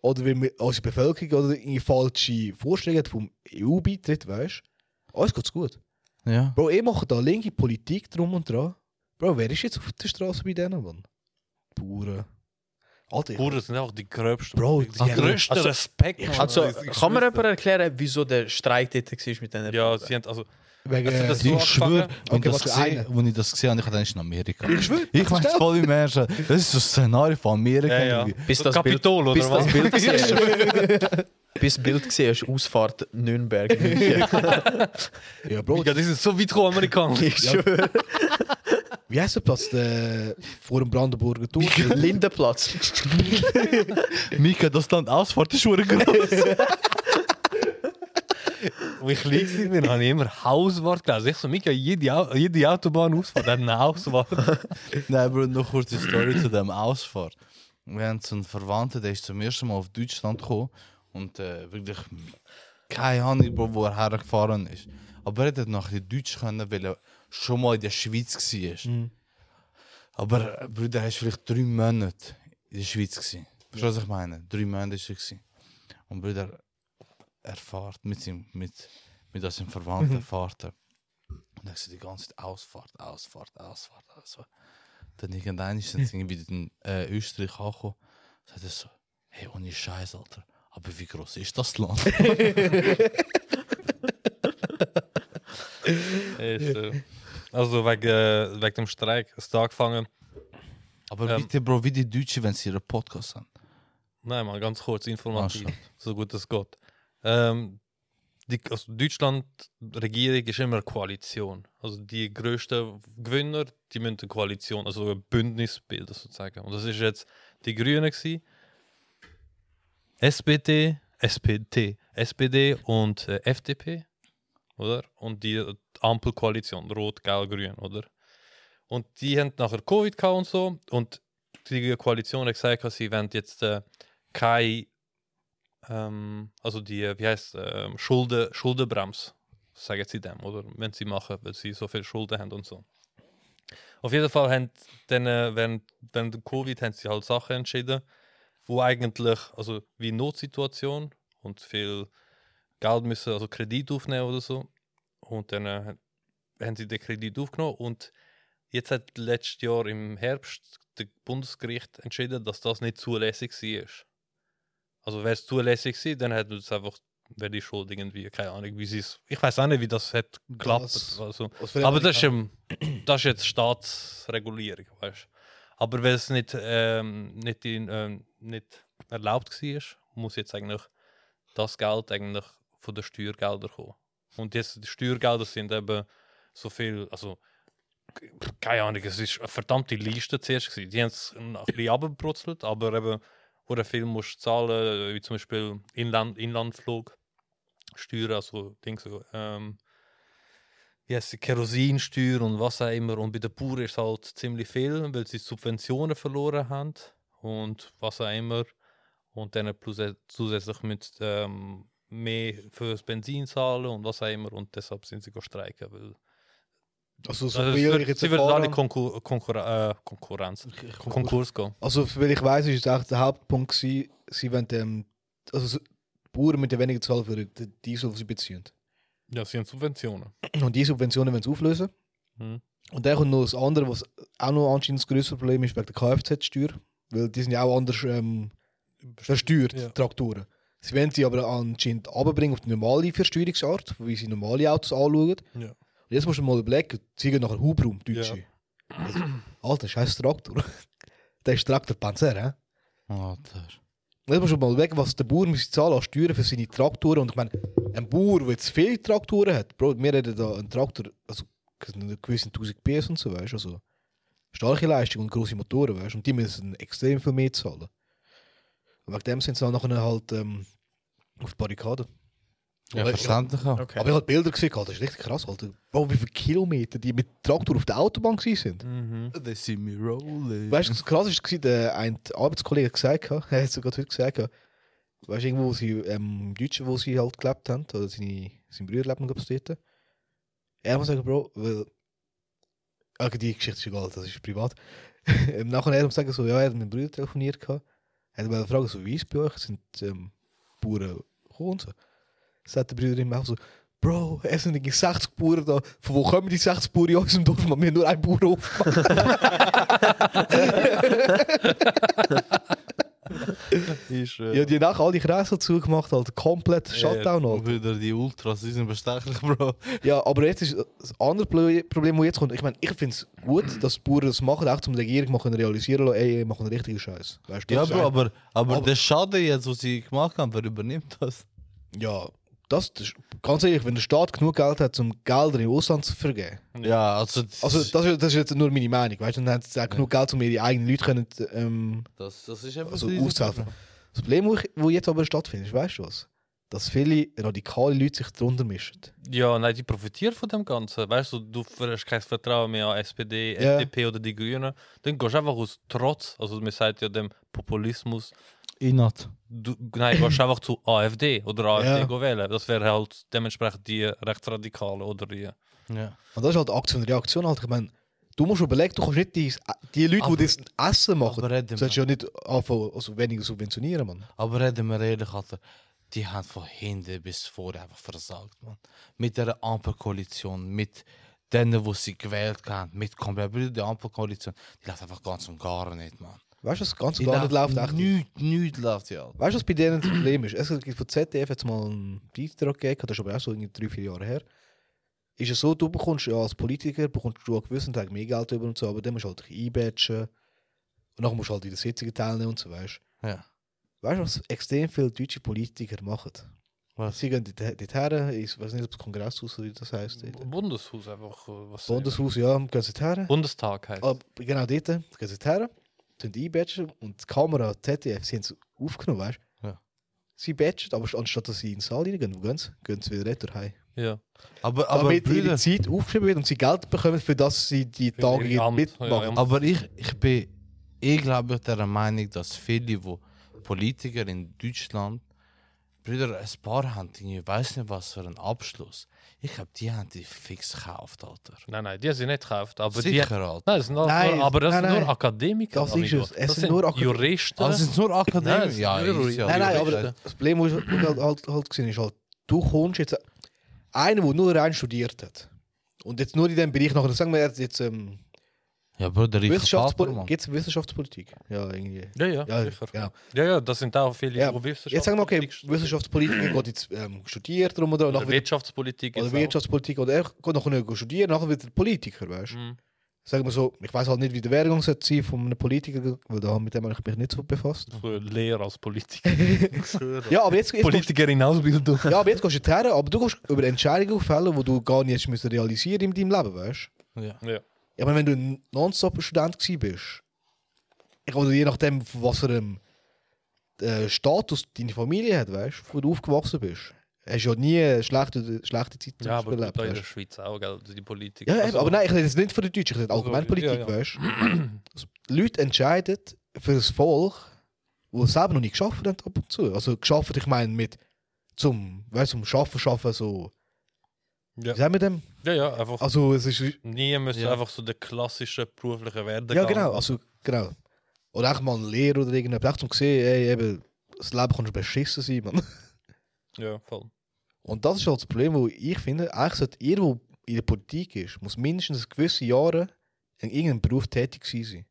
oder weil wir als Bevölkerung oder irgendwie falsche Vorschläge hat vom EU-Beitritt, weißt du? Alles geht's gut. ja. Bro, ich mache da linke Politik drum und dran. Bro, wer ist jetzt auf der Straße bei denen, Mann? Bauern. Alter, ich- Bruder, das sind einfach die gröbsten. Bro, die die haben- größten also- Respekt. Mann. Also, Ich- ich kann mir schwör's dir. jemand erklären, wieso der Streik dort war mit diesen Ja, Buben? sie haben, also, wegen, Also das- Ich so schwöre, angefangen? wenn Okay, ich das warte, gesehen, eine. als ich das gesehen habe, ich habe in Amerika. Ich schwöre, Ich meine, verstell- voll wie Menschen. Das ist so ein Szenario von Amerika. ja, ja. irgendwie. Bis So das Kapitol, Bild, oder bis was? Das Bild gesehen hast. bis das Bild gesehen hast, Ausfahrt Nürnberg. München. ja, Bro, Ja, die sind so weit gekommen, Amerikaner. Ich schwöre. wie heißt der Platz der, vor dem Brandenburger Tor? Lindenplatz. Mika, das Land Ausfahrt ist schon groß. Wo ich klein war, habe ich immer Hauswart gelesen. Ich so, Mika, jede, Au- jede Autobahnausfahrt hat eine Hauswart. Nein, Bro, noch kurz die Story zu dem Ausfahrt. Wir haben so einen Verwandten, der ist zum ersten Mal auf Deutschland gekommen und äh, wirklich keine Ahnung, Bro, wo er hergefahren ist. Aber er hätte nach Deutsch können, weil er schon mal in der Schweiz war. Aber äh, Bruder, er ist vielleicht drei Monate in der Schweiz. Gewesen. Verstehst du, was ich meine? Drei Monate war er. Gewesen. Und Bruder, er fährt mit seinem, mit, mit seinem Verwandten, fährt er. Und er sieht die ganze Zeit Ausfahrt, Ausfahrt, Ausfahrt, Ausfahrt. Dann irgendwann ist er irgendwie in äh, Österreich angekommen. Sagt er so, hey, ohne Scheiß, Alter. Aber wie groß ist das Land? Ist, äh, also wegen, äh, wegen dem Streik. Es da angefangen. Aber Ähm. bitte, Bro, wie die Deutschen, wenn sie ihren Podcast haben. Nein, mal ganz kurz, informativ, Ah, schon. so gut es geht. Ähm, die also Deutschland-Regierung ist immer eine Koalition. Also die größten Gewinner, die müssen eine Koalition, also ein Bündnis bilden sozusagen. Und das ist jetzt die Grünen gewesen, SPD, SPD, SPD und äh, FDP, oder? Und die äh, Ampelkoalition, Rot, Gelb, Grün, oder? Und die haben nachher Covid gehabt und so. Und die Koalition hat gesagt, sie wollen jetzt äh, keine, ähm, also die, wie heißt ähm, Schulden, Schuldenbremse, sagen sie dem, oder wenn sie machen, weil sie so viel Schulden haben und so. Auf jeden Fall haben dann, äh, während, während der Covid haben sie halt Sachen entschieden, wo eigentlich, also wie Notsituation und viel Geld müssen, also Kredit aufnehmen oder so. Und dann äh, haben sie den Kredit aufgenommen und Jetzt hat letztes Jahr im Herbst das Bundesgericht entschieden, dass das nicht zulässig war. Also wäre es zulässig gewesen, dann hätten es einfach, wäre die Schuld irgendwie, keine Ahnung, wie sie es. Ich weiß auch nicht, wie das hat geklappt. Das- also, Was für eine aber das ist, ähm, das ist jetzt Staatsregulierung, weißt du. Aber weil es nicht, ähm, nicht, in, ähm, nicht erlaubt war, muss jetzt eigentlich das Geld eigentlich von den Steuergeldern kommen. Und jetzt die Steuergelder sind eben so viel, also k- keine Ahnung, es ist eine verdammte Liste zuerst gewesen. Die haben es ein bisschen abgebrutzelt, aber eben, wo der Film musst du zahlen, wie zum Beispiel Inland, Inlandflug, Steuern, also Dings, ähm, Yes, Kerosinsteuer und was auch immer. Und bei den Bauern ist halt ziemlich viel, weil sie Subventionen verloren haben und was auch immer. Und dann plus zusätzlich mit ähm, mehr fürs Benzin zahlen und was auch immer. Und deshalb sind sie go streiken. Weil, Also, so also es viel ich wird, jetzt sie wird alle erfahren habe- Konkur Konkurra- äh, Konkurrenz, Konkurs. Konkurs gehen. Also, weil ich weiß, ist es echt der Hauptpunkt, gewesen, sie wollen ähm, also so- die Bauern mit der weniger Zahl für den Diesel, den sie beziehen. Ja, sie haben Subventionen. Und die Subventionen wollen sie auflösen. Mhm. Und dann kommt noch das andere, was auch noch anscheinend das größte Problem ist, wegen der Kfz-Steuer. Weil die sind ja auch anders ähm, versteuert, Ja. die Traktoren. Sie wollen sie aber anscheinend runterbringen auf die normale Versteuerungsart, wie sie normale Autos anschauen. Ja. Und jetzt musst du mal überlegen, sie gehen nachher Hubraum, Deutsche. Ja. Also, alter, scheiß Traktor. der ist Traktorpanzer, hä? Alter. Und Jetzt musst du mal überlegen, was der Bauer muss zahlen an Steuern für seine Traktoren. Und ich meine, ein Bauer, der jetzt viele Traktoren hat, Bro, wir reden da einen Traktor, also einen gewissen 1000 PS und so, weißt du, also starke Leistung und grosse Motoren, weißt du, und die müssen extrem viel mehr zahlen. Und wegen dem sind sie dann nachher halt ähm, auf die Barrikaden. Ja, Aber- verständlich auch. Okay. Aber ich habe halt Bilder gesehen, Alter, das ist richtig krass, Alter. Bro, wie viele Kilometer die mit Traktor auf der Autobahn gewesen sind. Mhm. They see me Äh, rolling. Weißt du, das Krasseste war, der ein Arbeitskollege hat gesagt, er hat sogar heute gesagt, weißt du, irgendwo, wo sie, ähm, Deutsche, wo sie halt gelebt haben, oder seine, sein Bruder lebt noch glaub ich, dort. Er muss sagen, Bro, weil. Okay, die Geschichte ist egal, das ist privat. Ähm, Nachher hat er gesagt, so, ja, er hat mit meinem Bruder telefoniert. gehabt. Er hat mal gefragt, so, wie ist es bei euch? Sind ähm, Bauern gekommen? und So. Sagt der Bruder ihm auch so, Bro, es sind irgendwie 60 Bauern da. Von wo kommen die 60 Bauern in unserem Dorf? Mann? Wir haben nur einen Bauernhof. Ist, äh, Ja, die haben nachher alle Kreise zugemacht, halt komplett Shutdown. äh, Alter. Wieder die Ultras, die sind bestechlich, Bro. Ja, aber jetzt ist das andere Ple- Problem, das jetzt kommt. Ich meine, ich finde es gut, dass die Bauern das machen, auch zum die Regierung machen, realisieren lassen, ey, ihr macht einen richtigen Scheiß. Weißt du, Ja, das ist Bro, aber, aber, Aber- der Schaden jetzt, was sie gemacht haben, wer übernimmt das? ein- Ja, das, das ist, ganz ehrlich, wenn der Staat genug Geld hat, um Gelder im Ausland zu vergeben. Ja, also, das, Also, das, ist- das ist jetzt nur meine Meinung, weißt du, dann haben sie auch genug Geld, um ihre eigenen Leute können, ähm, das, das ist einfach also so- auszuhelfen. Das Problem, wo ich- wo jetzt aber stattfindet, ist, weißt du was? Dass viele radikale Leute sich darunter mischen. Ja, nein, die profitieren von dem Ganzen. Weißt du, du hast kein Vertrauen mehr an SPD, Ja. FDP oder die Grünen. Dann gehst du einfach aus Trotz, also man sagt ja dem Populismus, Inat. du, nein, gehst einfach zu AfD oder AfD Ja. go wählen. Das wäre halt dementsprechend die Rechtsradikalen oder die. Ja. Und das ist halt Aktion und Reaktion. Halt. Ich meine, du musst überlegen, du kannst nicht die, die Leute, Aber- die das Essen machen, Aber reden, sollst wir, du ja nicht anfangen, also weniger subventionieren, Mann. aber reden wir ehrlich, Alter. Die haben von hinten bis vorne einfach versagt, man. Mit der Ampelkoalition, mit denen, die sie gewählt haben, mit komplett die Ampelkoalition, die läuft einfach ganz und gar nicht, man. Weißt du, das ganz Die gar nicht läuft echt nicht. Nichts, nichts läuft, ja. Weißt du, was bei denen das Problem ist? Es gibt von ZDF jetzt mal einen Beitrag gegeben, das ist aber auch so irgendwie drei, vier Jahre her. Ist es so, du bekommst ja als Politiker bekommst du einen gewissen Tag mehr Geld über und so, aber dann musst du halt dich einbatchen. Und dann musst du halt in den Sitzungen teilnehmen und so, weißt Ja. du. Weißt du, was extrem viele deutsche Politiker machen? Was? Sie gehen dort- dorthin, ich weiß nicht, ob das Kongresshaus oder wie das heisst. dort. Bundeshaus einfach. äh, Was Bundeshaus, ja, gehen sie her. Bundestag heißt. Aber genau dort gehen sie her, sind einbatchen und die Kamera ZDF, sie haben es aufgenommen, weißt du? Ja. Sie batchen, aber anstatt dass sie in den Saal reingehen, wo gehen sie? Gehen sie wieder retour heim. Ja. Aber, aber, Damit Brüder- ihre Zeit aufgeschrieben wird und sie Geld bekommen, für das sie die Für Tage ihr Amt, ja, mitmachen. ja. Aber ich, ich bin, ich glaube der Meinung, dass viele, wo Politiker in Deutschland, Brüder, ein paar haben, irgendwie, ich weiß nicht was für einen Abschluss. Ich glaube, die haben die fix gekauft, Alter. Nein, nein, die haben sie nicht gekauft. Aber die, Sicher, Alter. nein, das sind Nein, nur, aber das nein, sind nein. nur Akademiker. Das ist amigo. es. Es das sind nur Ah, Akad- Juristen. Also sind es nur Nein, Akademiker? es Ja, sind nur ist ja, nein, nein, die aber Juristen. das Problem, was ich halt, halt, halt gesehen ist halt, du kommst jetzt einer, der nur rein studiert hat. Und jetzt nur in diesem Bereich nachher, sagen wir er hat jetzt ähm, ja, Bruder, ich Vater, Wissenschaftspolitik. Mann. Geht's Wissenschaftspolitik? Ja, irgendwie. ja, ja, Ja, sicher. genau. Ja, ja, das sind auch viele Ja, die Wissenschaftler. Jetzt sagen wir, okay, Wissenschaftspolitiker geht jetzt ähm, studiert drum und dran, Oder nachher wird, Wirtschaftspolitik. oder jetzt auch. Wirtschaftspolitik oder er geht nachher nicht studieren, nachher wird er Politiker, weißt du? Mhm. Sagen wir so, ich weiß halt nicht, wie die Währung sollte sein von einem Politiker, weil da mit dem habe ich mich nicht so befasst. So Lehrer als Politiker. Ja, aber jetzt, jetzt Politiker in Ausbildung. ja, aber jetzt gehst du jetzt her, aber du gehst über Entscheidungen fällen, die du gar nicht hast müssen realisieren in deinem Leben, weißt du? Ja. Ja. Ich meine, wenn du ein Nonstop-Student gewesen bist, ich meine, je nachdem, von was für einem äh, Status deine Familie hat, weißt du, wo du aufgewachsen bist, hast ja nie schlechte, schlechte Zeiten zum Ja, Beispiel aber gut, erlebt. da in der weisst Schweiz auch, gell? die Politik. du. Ja, eben, Also, aber nein, ich rede jetzt nicht von den Deutschen, ich rede allgemein Also, ja, Politik, ja. weißt du. Leute entscheiden für das Volk, die selber noch nicht geschafft haben ab und zu. Also geschafft, ich meine mit zum, weißt du, zum Schaffen, Schaffen, so. Ja. Wie sagen wir dem? Ja, ja, einfach. Also es ist nie müssen Ja. einfach so den klassischen beruflichen Werdegang. Ja, genau. Also, genau. Oder echt mal eine Lehre oder irgendetwas. Echt zum sehen, ey, eben, das Leben kann schon beschissen sein, man. Ja, voll. Und das ist halt das Problem, wo ich finde, eigentlich sollte jeder, der in der Politik ist, muss mindestens gewisse Jahre in irgendeinem Beruf tätig gewesen sein.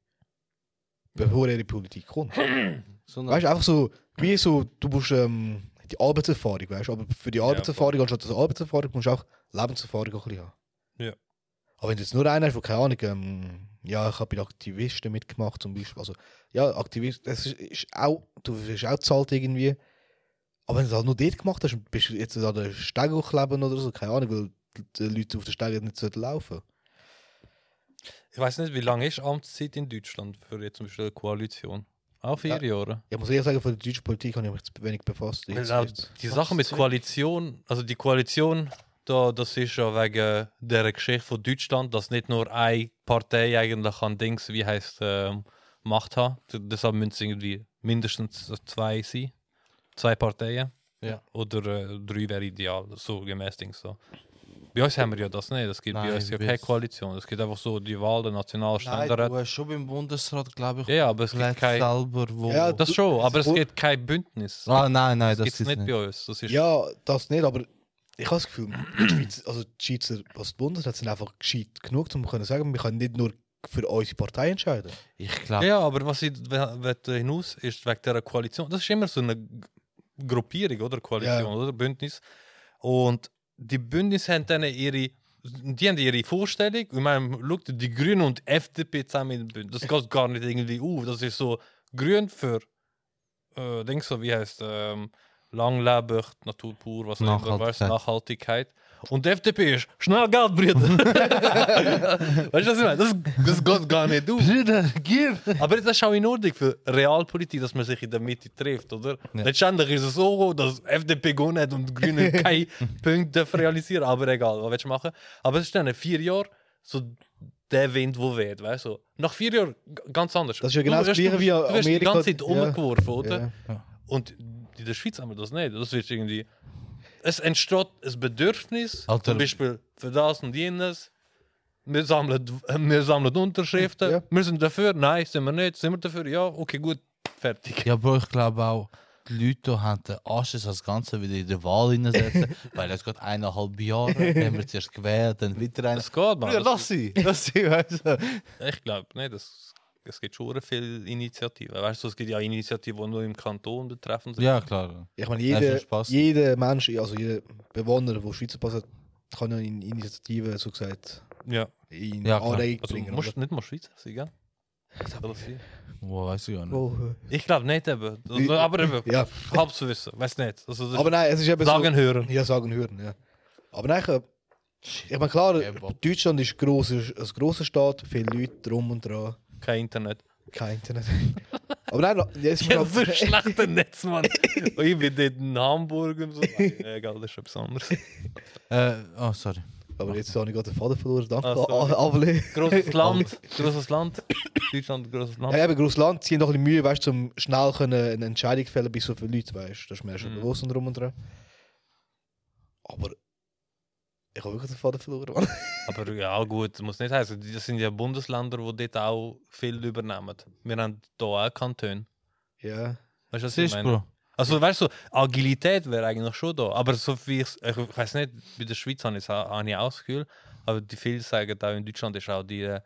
Bevor er in die Politik kommt. weißt So du, eine- einfach so, wie so, du musst ähm, die Arbeitserfahrung, weißt du, aber für die Arbeitserfahrung, anstatt der Arbeitserfahrung, musst du auch Lebenserfahrung auch ein bisschen haben. Ja. Aber wenn du jetzt nur einer hast, der keine Ahnung, ähm, ja, ich habe bei den Aktivisten mitgemacht zum Beispiel, also, ja, Aktivist, das ist, ist auch, du wirst auch zahlt irgendwie. Aber wenn du das halt nur dort gemacht hast, und bist du jetzt an der Stege hochkleben oder so, keine Ahnung, weil die Leute auf der Stege nicht sollten laufen. Ich weiß nicht, wie lange ist Amtszeit in Deutschland für jetzt zum Beispiel eine Koalition? Auch vier Ja. Jahre. Ich muss ehrlich sagen, von der deutschen Politik habe ich mich zu wenig befasst. Jetzt, Weil auch jetzt. die Sache mit Koalition, also die Koalition, da, das ist ja wegen der Geschichte von Deutschland, dass nicht nur eine Partei eigentlich an Dings, wie heißt, ähm, Macht hat. D- Deshalb müssen es irgendwie mindestens zwei sein. Zwei Parteien. Ja. Oder äh, drei wäre ideal, so gemäß Dings. So. Bei uns haben wir ja das nicht. Es gibt Nein, bei uns ja bei keine uns- Koalition. Es gibt einfach so die Wahl der Nein, du Nationalständerat. hast schon beim Bundesrat, glaube ich, Ja, ja, aber es gibt Plätze kein. selber, wo... Ja, Das schon, aber es Wo- gibt kein Bündnis. ah, Oh. nein, nein, das das gibt es ist nicht, nicht. bei uns. Das ist Ja, das nicht, aber ich habe das Gefühl, die Schweiz, also die Schweizer, was die Bundesrat sind einfach gescheit genug, um zu sagen, wir können nicht nur für unsere Partei entscheiden. Ich glaube, Ja, aber was ich we- wette hinaus ist wegen dieser Koalition. Das ist immer so eine G- Gruppierung, oder? Koalition, Ja. oder? Bündnis. Und die Bündnis haben dann ihre. Die haben ihre Vorstellung. Ich meine, schau, dir die Grünen und FDP zusammen in den Bündnis. Das geht gar nicht irgendwie auf. Das ist so Grün für. Äh, denkst du, wie heißt ähm, langlebig, Natur pur, was auch immer, weißt, Nachhaltigkeit. Nachhaltigkeit. Und die FDP ist schnell Geld, Brüder. weißt du, was ich meine? Das, das geht gar nicht auf. Brüder, gib! Aber das ist auch in Ordnung für Realpolitik, dass man sich in der Mitte trifft, oder? Ja. Letztendlich ist es so, dass FDP gewonnen hat und die Grünen keine Punkte dürfen realisieren Aber egal, was willst du machen? Aber es ist dann in vier Jahren so der Wind, der weht, weißt du? Nach vier Jahren g- ganz anders. Das ist ja genau du, das wirst- Gleiche wie Du wirst die Amerika- ganze Zeit Ja. umgeworfen, oder? Ja. Und in der Schweiz haben wir das nicht. Das wird irgendwie... Es entsteht ein Bedürfnis, Alter. zum Beispiel für das und jenes. Wir sammeln, wir sammeln Unterschriften. Ja. Wir sind dafür. Nein, sind wir nicht. Sind wir dafür? Ja, okay, gut. Fertig. Ja, Bro, ich glaube auch, die Leute hier haben den Asches als Ganze wieder in die Wahl hineinsetzen, weil es geht eineinhalb Jahre, dann wird zuerst gewählt, dann wieder ein. Das geht, man. Bruder, lass sie! Lass sie, weißt du? Ich glaube nicht, es, es gibt schon viele Initiativen. Weißt du, es gibt ja Initiativen, die nur im Kanton betreffen sind. Ja, klar. Ich meine, Ja, jeder, schon Spaß. jeder Mensch, also jeder Bewohner, der Schweizer Pass hat, kann ja in Initiativen, so gesagt, Ja. in Ja, klar. Anregung Also, bringen. musst oder? nicht mal Schweizer sein, gell? Soll das sein? Wow, weißt du gar nicht. Oh, äh. Ich glaube nicht, eben. Also, Wie- Aber eben, Oh, Ja, halb zu wissen. Weiß nicht. Also, das aber nein, es ist eben so. sagen hören. Ja, sagen hören, ja. Aber nein, ich, äh, ich meine, klar, Ja, Bob. Deutschland ist gross, ist ein grosser Staat, viele Leute drum und dran, Kein Internet. kein Internet. aber nein, jetzt ist mir Ja, so grad- ein schlechter Netzmann. ich bin dort in Hamburg und so. Nein, Egal, das ist etwas anderes. Äh, oh, sorry. Aber jetzt habe ich gerade den Faden verloren, danke, Ah, sorry. A- Avle. Grosses Land, grosses Land. Deutschland, grosses Land. Ja, eben, grosses Land, sie haben doch ein bisschen Mühe, weißt du, um schnell können eine Entscheidung fällen bei so vielen Leuten, weißt du. Das ist mir schon Mhm. bewusst und drum und dran. Aber ich habe wirklich den Faden verloren, Mann. Aber ja, gut, muss nicht heißen. Das sind ja Bundesländer, die dort auch viel übernehmen. Wir haben hier auch Kantone. ja. Weißt du, was ich Siehst du, meine? Bro? Also, weißt du, Agilität wäre eigentlich schon da. Aber so wie ich, ich weiß nicht, bei der Schweiz habe ich es auch habe ich auch das Gefühl, aber die viele sagen auch in Deutschland ist auch die, äh,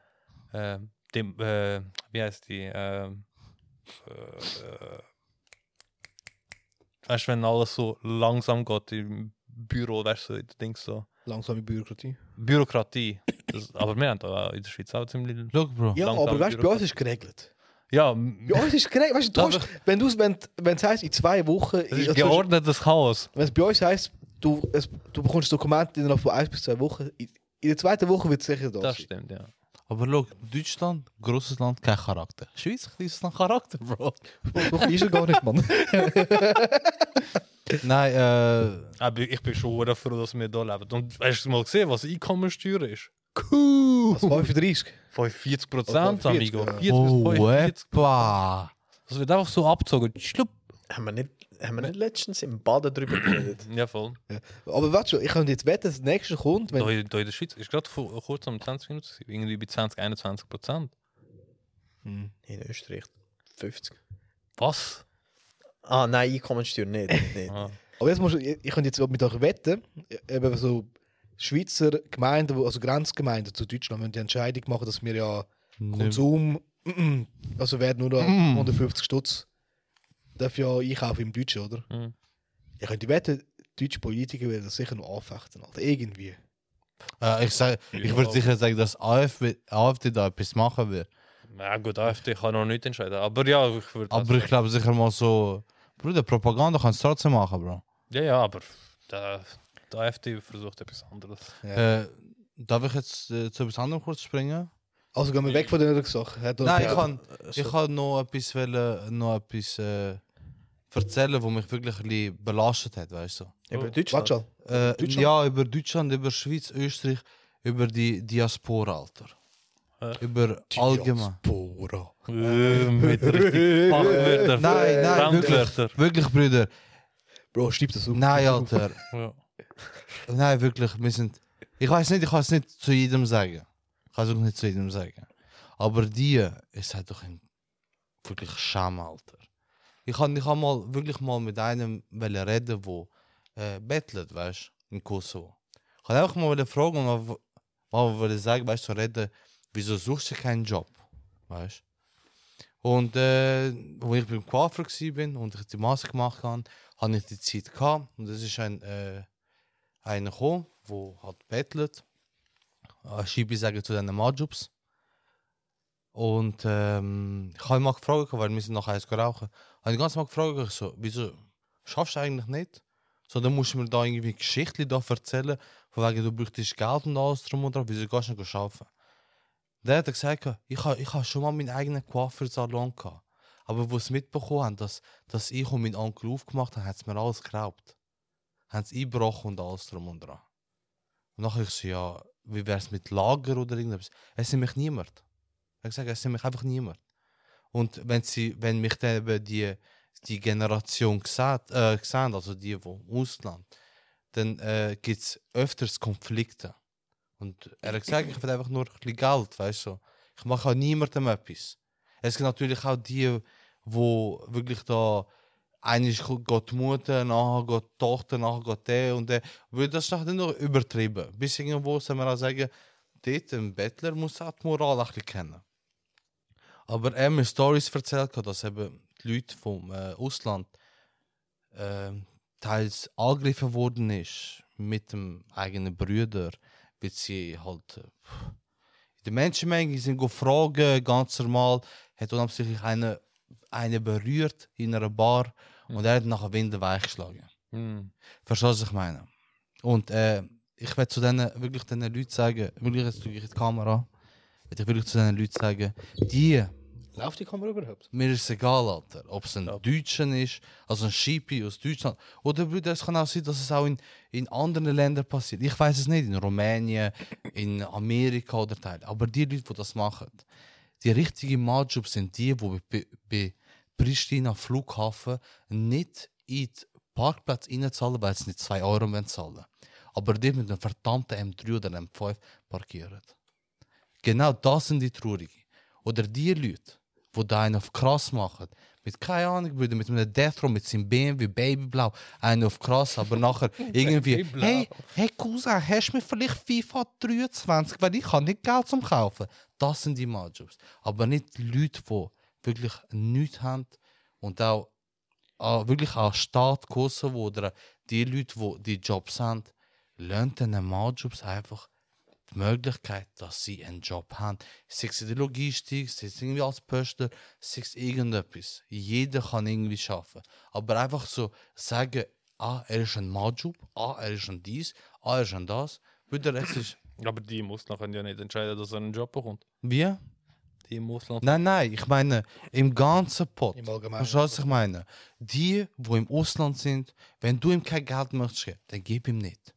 äh, dem, äh, wie heißt die, äh, äh, äh, weißt du, wenn alles so langsam geht im Büro, weißt du, so, ich denke so, Langsame Bürokratie. Bürokratie. Das, aber wir haben da in der Schweiz auch ziemlich. Schau, Bro. Ja, Langsame aber weißt du, bei uns Bürokratie. ist geregelt. Ja, Bei uns ist geregelt, weißt du, du Aber- hast, wenn du wenn wenn es heisst, in zwei Wochen. es ist also, geordnetes Chaos. Wenn es bei uns heisst, du, es, du bekommst Dokumente innerhalb von eins bis zwei Wochen, in, in der zweiten Woche wird es sicher da. Das sein. stimmt, ja. Aber schau, Deutschland, grosses Land, kein Charakter. Schweiz, kleines Land, Charakter, Bro. Doch, ist er gar nicht, Mann. Nein, äh, Aber ich bin schon verdammt froh, dass wir hier leben. Und hast du mal gesehen, was Einkommensteuer ist? Was, Also 35? 45 Prozent, Oh, Amigo. 45, 40 oh, 45. wepa. Das wird einfach so abgezogen. Schlupp. Haben wir nicht, haben wir nicht letztens im Baden drüber geredet? Ja, voll. Aber warte schon, ich kann jetzt wetten, dass das nächste kommt, Da, wenn... in- da in der Schweiz ist gerade vor kurzem 20 Minuten, gewesen, irgendwie bei 20, 21 Prozent. Hm. In Österreich 50. Was? Ah, nein, Einkommensteuer nicht. nicht. Ah. Aber jetzt musst du, ich, ich kann jetzt mit euch wetten, eben so Schweizer Gemeinden, wo- also Grenzgemeinden zu Deutschland, wenn die Entscheidung machen, dass wir ja Konsum, also werden nur noch Mm. 150 Stutz, darf ja einkaufen im Deutschen, oder? Mm. Mhm. Ich könnte wetten, deutsche Politiker werden das sicher noch anfechten, Alter. Irgendwie. Äh, ich sag, ich würde sicher sagen, dass AfD, AfD da etwas machen wird. Na gut, AfD kann noch nicht entscheiden. Aber ja, ich also- würde. Aber ich glaube sicher mal so, Bruder, Propaganda kannst du trotzdem machen, Bro. Ja, ja, aber der, der AfD versucht etwas anderes. Äh, darf ich jetzt äh, zu etwas anderem kurz springen? Also gehen wir weg von der Sache. Hat er- Nein, Ja. ich kann, so- ich kann noch etwas, wollen, noch etwas äh, erzählen, was mich wirklich ein bisschen belastet hat, weißt du. Über Oh, Deutschland. Warte schon. Äh, Deutschland? ja, über Deutschland, über Schweiz, Österreich, über die Diaspora, Alter. Hä? Über allgemein. Diaspora. Äh, mit richtig Fachwörtern. Nein, nein, Fremdwörter. wirklich, wirklich, Brüder. Bro, schreib das auf. Nein, Alter. Ja. Nein, wirklich, wir sind. Ich weiß nicht, ich kann es nicht zu jedem sagen. Ich kann es auch nicht zu jedem sagen. Aber die, es hat doch ein wirklich Scham, Alter. Ich kann, ich kann mal wirklich mal mit einem wollen reden, wo äh, bettelt, weißt du, in Kosovo. Ich kann einfach mal wollen fragen, mal, mal wollen sagen, weißt du, so reden, wieso suchst du keinen Job, weißt du? Und äh, wo ich beim Coiffeur war und ich die Masse gemacht habe, hatte ich die Zeit gehabt und das ist ein äh, einer gekommen, der hat bettelt. Äh, Schiebe sagen zu diesen Majubs. Und ähm, ich habe ihn mal gefragt, weil wir sind noch eins rauchen. Habe ich ganz mal gefragt, ich so, wieso schaffst du eigentlich nicht? So, dann musst du mir da irgendwie Geschichten da erzählen, von wegen du bräuchtest Geld und alles drum und dran, wieso gehst du nicht arbeiten? Der hat gesagt, ich habe ich ha schon mal meinen eigenen Coiffeursalon gehabt. Aber wo sie mitbekommen haben, dass, dass ich und mein Onkel aufgemacht haben, hat es mir alles geraubt haben sie eingebrochen und alles drum und dran. Und nachher ich so, ja, wie wär's mit Lager oder irgendwas? Es sind mich niemand. Ich hab gesagt, es sind mich einfach niemand. Und wenn sie, wenn mich dann eben die, die Generation gesagt, äh, gesehen, also die wo im Ausland, dann äh, gibt es öfters Konflikte. Und er hat gesagt, ich will einfach nur ein bisschen Geld, weißt du. Ich mache auch niemandem etwas. Es gibt natürlich auch die, eh, wo wirklich da eine ist geht die Mutter, nachher geht die Tochter, nachher geht der und der. Weil das ist nachher noch übertrieben. Bis irgendwo soll man auch sagen, dort ein Bettler muss auch die Moral ein bisschen kennen. Aber er hat mir Stories erzählt, gehabt, dass eben die Leute vom äh, Ausland äh, teils angegriffen worden ist mit dem eigenen Brüder, weil sie halt äh, pff, in der Menschenmenge sind go fragen, ganz normal, hat unabsichtlich eine, eine berührt in einer Bar und er hat nachher Winde weichgeschlagen. Hm. Verstehst du, was ich meine? Und äh, ich will zu denen, wirklich diesen Leuten sagen, wirklich jetzt schaue ich in die Kamera, will ich wirklich zu diesen Leuten sagen, die, Läuft die Kamera überhaupt? mir ist es egal, Alter, ob es ein Ja. Deutscher ist, also ein Schipi aus Deutschland, oder Bruder, es kann auch sein, dass es auch in, in anderen Ländern passiert. Ich weiß es nicht, in Rumänien, in Amerika oder Teil. Aber die Leute, die das machen, die richtigen Majobs sind die, die bei, bei Pristina Flughafen nicht in den Parkplatz reinzahlen, weil sie nicht 2 Euro wollen zahlen Aber die mit einem verdammten M3 oder M5 parkieren. Genau das sind die Traurigen. Oder die Leute, die da einen auf krass machen. Mit keine Ahnung, Bruder, mit einem Death Row, mit seinem BMW, Babyblau, einen auf krass, aber nachher irgendwie, Babyblau. hey, hey Cousin, hast du mir vielleicht FIFA 23, weil ich kann nicht Geld zum Kaufen. Das sind die Majobs. Aber nicht die Leute, die wirklich nichts haben und auch ah, wirklich an den Staat Kosovo oder die Leute, die die Jobs haben, lernen den Majobs einfach die Möglichkeit, dass sie einen Job haben. Sei es in der Logistik, sei es irgendwie als Pöster, sei es irgendetwas. Jeder kann irgendwie arbeiten. Aber einfach so sagen, ah, er ist ein Majub, ah, er ist ein dies, ah, er ist ein das. Wieder, es ist, Aber die muss nachher ja nicht entscheiden, dass er einen Job bekommt. wie? die im Ausland. Nein, nein, ich meine im ganzen Pot. Im Allgemeinen. Verstehst du, was ich meine? Die, die im Ausland sind, wenn du ihm kein Geld möchtest, geben, dann gib ihm nicht.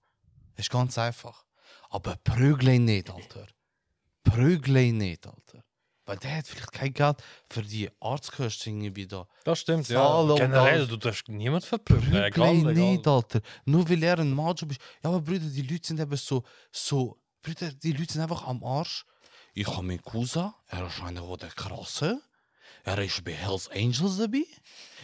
Das ist ganz einfach. Aber prügle ihn nicht, Alter. Prügle ihn nicht, Alter. Weil der hat vielleicht kein Geld für die Arztkosten irgendwie da. Das stimmt, Zahlen ja. und Generell, alles. du darfst niemand verprügeln. Prügle Egal, ihn egal. nicht, Alter. Nur weil er ein Macho ist. Ja, aber Brüder, die Leute sind eben so, so, Brüder, die Leute sind einfach am Arsch. Ich habe meinen Cousin, er ist einer von der Krassen. Er ist bei Hells Angels dabei.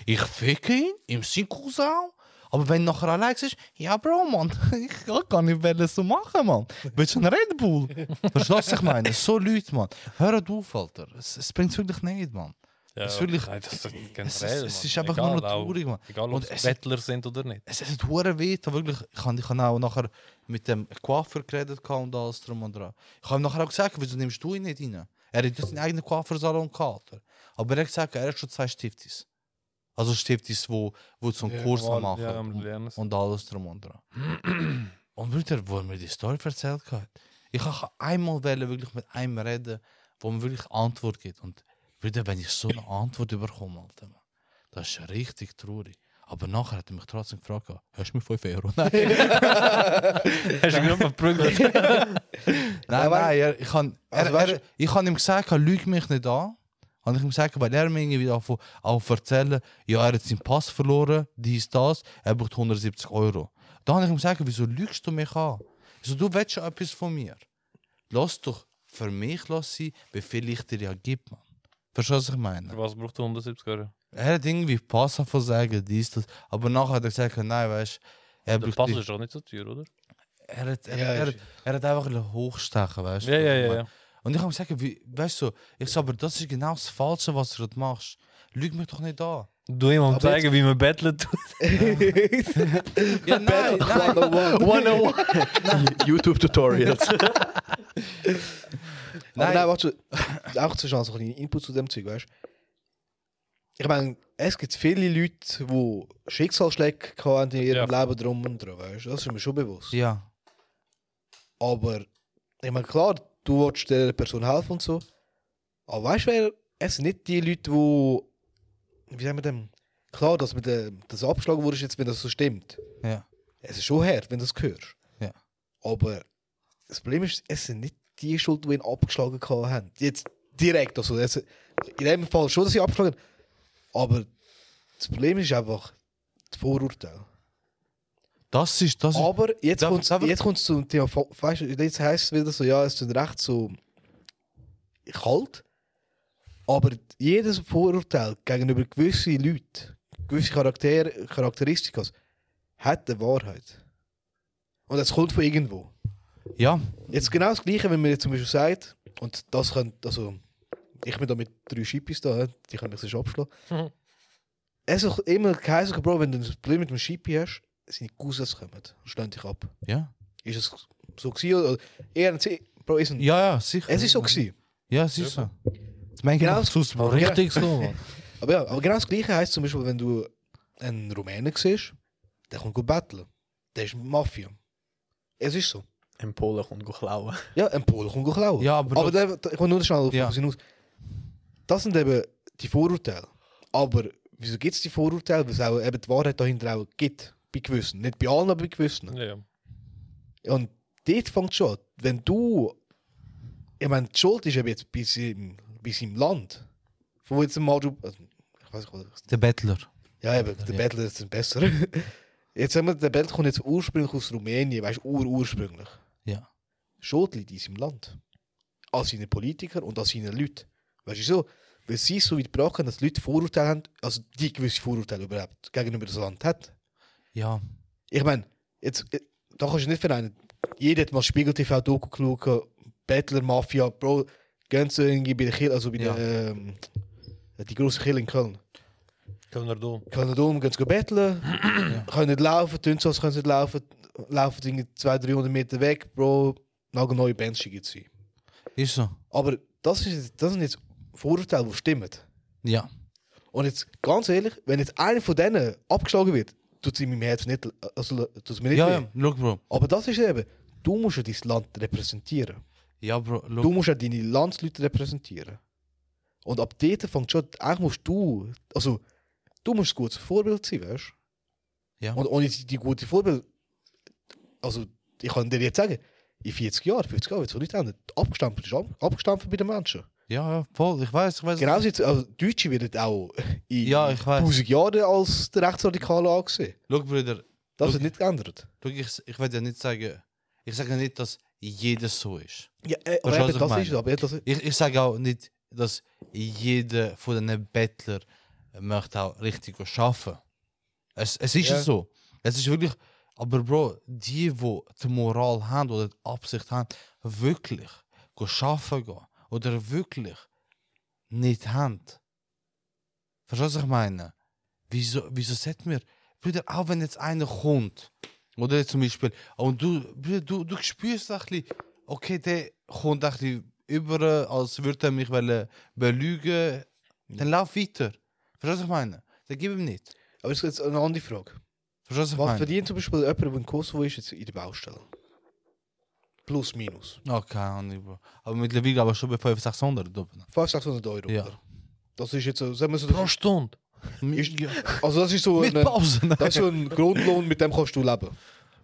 Ich ficke ihn, im sein Cousin. auch. Aber wenn nachher Alex ist, ja Bro, Mann, ich kann nicht wollen so machen, Mann. Bist ein Red Bull. Verstehst du, was ich meine? So Leute, Mann. Hör auf, Alter. Es, es bringt wirklich nicht, Mann. Ja, Das will ich- nein, das ist generell, Es, es, es ist Mann. einfach egal, nur noch auch- traurig, Mann. Egal, ob Und es es- Bettler sind oder nicht. Es hat hure weh, da wirklich. Ich habe ich han auch nachher mit dem Coiffeur geredet gehabt und alles drum und dran. Ich habe ihm nachher auch gesagt, wieso nimmst du ihn nicht rein? Er hat ja seinen eigenen Coiffeursalon gehabt, Alter. Aber er hat gesagt, er hat schon zwei Stiftis. Also Stiftis, wo, wo zum Ja, Kurs Mal- machen Ja, am und, Lernen. und alles drum und dran. und Brüder, wo er mir die Story erzählt hat, ich habe einmal wollen, wirklich mit einem reden, wo mir wirklich Antwort gibt. Und Brüder, wenn ich so eine Antwort bekomme, Alter, Mann, das ist richtig traurig. Aber nachher hat er mich trotzdem gefragt, hast du mir 5 Euro? Nein, Hast du gerade verprügelt? nein, aber- nein er, ich habe Also er, weißt er, ich han ihm gesagt, lüg mich nicht an. Habe ich ihm gesagt, weil er mir irgendwie auch, auch erzählen, ja, er hat seinen Pass verloren, dies, das, er braucht 170 Euro. Da habe ich ihm gesagt, wieso lügst du mich an? Also, du willst schon etwas von mir. Lass doch für mich lass sein, wie viel ich dir ja gebe, Mann. Verstehst du, was ich meine? Was braucht 170 Euro? Er hat irgendwie Passaversagen, dies, das. Aber nachher hat er gesagt, nein, weißt du, er Der braucht Pass dich- ist doch nicht so teuer, oder? Er hat, er, Ja, er, ist- hat, er hat einfach ein bisschen hochstechen, weißt du? Ja, ja, ja. ja. Und ich habe gesagt, wie, weißt du, ich sage, aber das ist genau das Falsche, was du dort machst. Lüg mich doch nicht an. Du jemand Aber zeigen, wie man bettelt. Ja, nein, Ähm, nein. 101. YouTube-Tutorials. Nein, Nein. nein warte, auch zur Chance, ein kleiner Input zu dem Zeug, weißt du? Ich meine, es gibt viele Leute, die Schicksalsschläge gehabt haben in ihrem Leben drum und dran, weißt du? Das ist mir schon bewusst. Ja, Aber, ich meine, klar, du willst der Person helfen und so. Aber weißt du, wer, es sind nicht die Leute, die. Wie sagen wir dem? Klar, dass mit dem, das abgeschlagen wurde, jetzt, wenn das so stimmt. ja. Es ist schon hart, wenn du es hörst. Ja. Aber das Problem ist, es sind nicht die Schuld, die ihn abgeschlagen gehabt haben. Jetzt direkt. Also, es, in dem Fall schon, dass sie abgeschlagen haben. Aber das Problem ist einfach das Vorurteil. Das ist, das ist. Aber jetzt Also, Darf- kommt darf ich- jetzt kommt's zum Thema. Fa- Weißt du, jetzt heisst es wieder so, ja, es tut recht so kalt. Aber jedes Vorurteil gegenüber gewissen Leuten, gewisse Charakter Charakteristika, hat eine Wahrheit. Und das kommt von irgendwo. Ja, Jetzt genau das Gleiche, wenn man jetzt zum Beispiel sagt, und das könnte, also ich bin da mit drei Schippis da, hä, die können mich sonst abschlagen. Mhm. es ist doch immer geheißen, Bro, wenn du ein Problem mit dem Schippi hast, seine Cousins kommen und stellen dich ab. ja. Ist es so gewesen? Oder, oder, eher, ein Se- Bro, ist ein, Ja, ja, sicher. Es ist so gewesen. Ja, es ist so. Das meine ich Genau. auch zu Aber richtig so, Mann. Aber ja, aber genau das Gleiche heisst zum Beispiel, wenn du einen Rumänen siehst, der kommt gut betteln. Der ist Mafia. Es ist so. In Polen kommt go klauen. Ja, ein Polen kommt gut klauen. Ja, aber. Aber der, der, ich komme nur schnell auf Ja. ja. hinaus. Das sind eben die Vorurteile. Aber wieso gibt es die Vorurteile? Weil es auch eben die Wahrheit dahinter auch gibt. Bei gewissen. Nicht bei allen, aber bei gewissen. Ja, ja. Und dort fängt es schon an. Wenn du. Ich meine, die Schuld ist eben jetzt bei seinem, bei seinem Land. Wo jetzt ein Madu. Also, ich weiß nicht, was- der Bettler. ja, eben, der Bettler ist ein besser. Jetzt sagen wir, der Bettler kommt jetzt ursprünglich aus Rumänien, weißt du, ur ursprünglich. Ja. Schuld liegt in seinem Land. An seinen Politikern und an seinen Leuten. Weißt du so? Weil sie es so weit gebracht haben, dass die Leute Vorurteile haben, also die gewisse Vorurteile überhaupt gegenüber das Land hat. Ja. Ich meine, jetzt, äh, da kannst du nicht vereinen. Jeder hat mal Spiegel TV Doku geschaut, äh, Bettler, Mafia, Bro, gehen sie irgendwie bei der Kirche, also bei Ja. der, ähm, die große Kirche in Köln. Kölner Dom. Können darum gehen sie betteln, können nicht laufen, tun so, als können sie nicht laufen, laufen irgendwie 200, 300 Meter weg, Bro, nagelneue Bands gibt es Ist so. Aber das, ist, jetzt- das sind jetzt Vorurteile, die stimmen. Ja. Und jetzt, ganz ehrlich, wenn jetzt einer von denen abgeschlagen wird, tut es in meinem Herz nicht, also, tut's mir nicht Ja, weh. ja. Schau, Bro. Aber das ist eben, du musst ja dein Land repräsentieren. Ja, Bro. Schau. Du musst ja deine Landsleute repräsentieren. Und ab dort fängt schon, eigentlich musst du, also du musst ein gutes Vorbild sein, weißt du? Ja. Und ohne die, die gute Vorbild, also ich kann dir jetzt sagen, in 40 Jahren, 50 Jahren wird es so nicht ändern. Abgestampft ist ab, abgestampft bei den Menschen. Ja, ja, voll. Ich weiß, ich weiß. Genauso jetzt, also Deutsche werden auch in Ja, ich weiß. 1000 Jahren als der Rechtsradikale angesehen. Schau, Bruder, Das wird nicht geändert. schau, ich, ich will ja nicht sagen, ich sage ja nicht, dass jeder so ist. Ja, äh, Verstehst aber du, was eben, ich das meine? ist es, aber das, Ich, ich sage auch nicht, dass jeder von den Bettlern möchte auch richtig arbeiten. Es, es ist Ja. so. Es ist wirklich, aber Bro, die, die die Moral haben oder die Absicht haben, wirklich go arbeiten gehen oder wirklich nicht haben. Verstehst du, was ich meine? Wieso, wieso sagt mir, Bruder, auch wenn jetzt einer kommt, oder jetzt zum Beispiel, und du, Bruder, du, du spürst ein bisschen, okay, der kommt ein bisschen über, als würde er mich wollen belügen, dann lauf weiter. Verstehst du, was ich meine? Dann gib ihm nicht. aber es ist jetzt eine andere Frage. Verstehst du, was ich Was meine? verdient zum Beispiel jemand, der in Kosovo ist, jetzt in der Baustelle? Plus, minus. Oh, keine Ahnung, Bro. Aber mittlerweile aber schon bei 500, 600. Doppel. 500, 600 Euro. Ja. oder? Das ist jetzt so, sagen wir so, Pro Stunde. Ist- Ja. also das ist so, Mit ein, das Pause. ne? ist so ein Grundlohn, mit dem kannst du leben.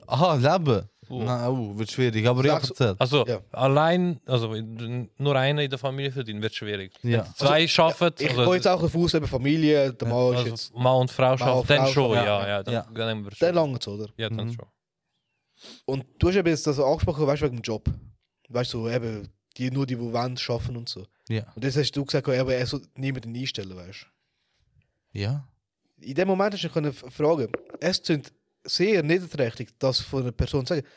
Aha, Leben. Oh. Na, oh, wird schwierig, aber ja, Sag's- erzähl. Also Ja. allein, also in- nur einer in der Familie verdient, wird schwierig. Ja. Zwei arbeiten, Ich also, gehe jetzt auch davon aus, eben Familie, der Mann ist also jetzt, Mann und Frau Mann und arbeiten, dann Frau schon, arbeiten, ja, ja. ja, dann, Ja. dann wird der schon. langt oder? Ja, dann Mhm. schon. Und du hast eben jetzt das angesprochen, weißt du, wegen dem Job. Weißt du, so, eben, die, nur die, die wollen, arbeiten und so. Ja. Und das hast du gesagt, eben, er soll niemanden einstellen, weißt du. Ja. in dem Moment hast du können f- fragen. Es sind sehr niederträchtig, das von einer Person zu sagen.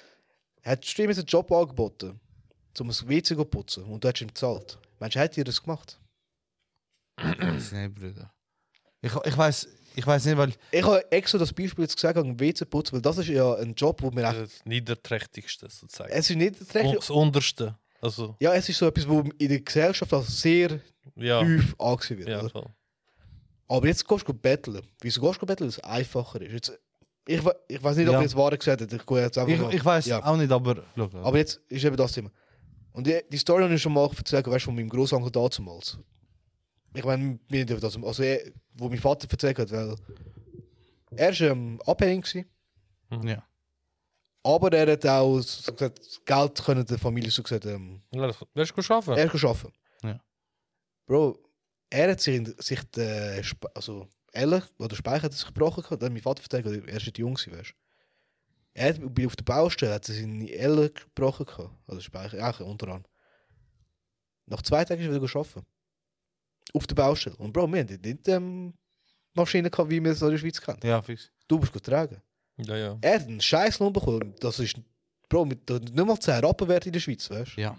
Hättest du ihm jetzt einen Job angeboten, um ein WC zu putzen und du hättest ihm gezahlt? Mensch, hätte ihr das gemacht? weiß nicht, Bruder. Ich, ich weiß ich weiß nicht, weil. Ich habe extra das Beispiel jetzt gesagt, wegen dem WC putzen, weil das ist ja ein Job, wo mir Das echt. ist das Niederträchtigste sozusagen. Es ist Und niederträchtig. das Unterste. Also, Ja, es ist so etwas, wo in der Gesellschaft als sehr ja. tief angesehen wird. ja oder? voll. Aber jetzt gehst du betteln. Wieso gehst du betteln? Weil es einfacher ist. Jetzt, ich, we- ich weiß nicht, ob Ja. ihr jetzt wahr gesagt habt. Ich, gehe jetzt einfach Ich, mal- ich weiß Ja. auch nicht, aber. Schau, Aber jetzt ist eben das Thema. Und die, die Story habe ich schon mal erzählt, weißt du, von meinem Großonkel damals. Ich meine, wir dürfen das, also er, wo mein Vater erzählt hat, weil er war ähm, abhängig, gewesen, ja. aber er hat auch so gesagt, das Geld können der Familie so gesagt, ähm, Ja, das- Wirst du arbeiten? er kann arbeiten. Ja. Bro, er hat sich, in, sich den, Sp- also ehrlich, oder der Speicher hat sich gebrochen, gehabt, dann hat mein Vater erzählt, er ist jung, gewesen, weißt du. Er hat bei- auf der Baustelle hat er seine Elle gebrochen, gehabt, also Speicher, auch unter anderem. Nach zwei Tagen ist er wieder arbeiten. Auf der Baustelle. Und Bro, wir hatten nicht ähm, Maschinen, gehabt, wie wir es in der Schweiz kennen. Ja, fix. Du musst gut tragen. Ja, ja. Er hat einen scheiß Lohn bekommen. Das ist, Bro, mit nicht mal 10 Rappen wert in der Schweiz, weißt du. Ja.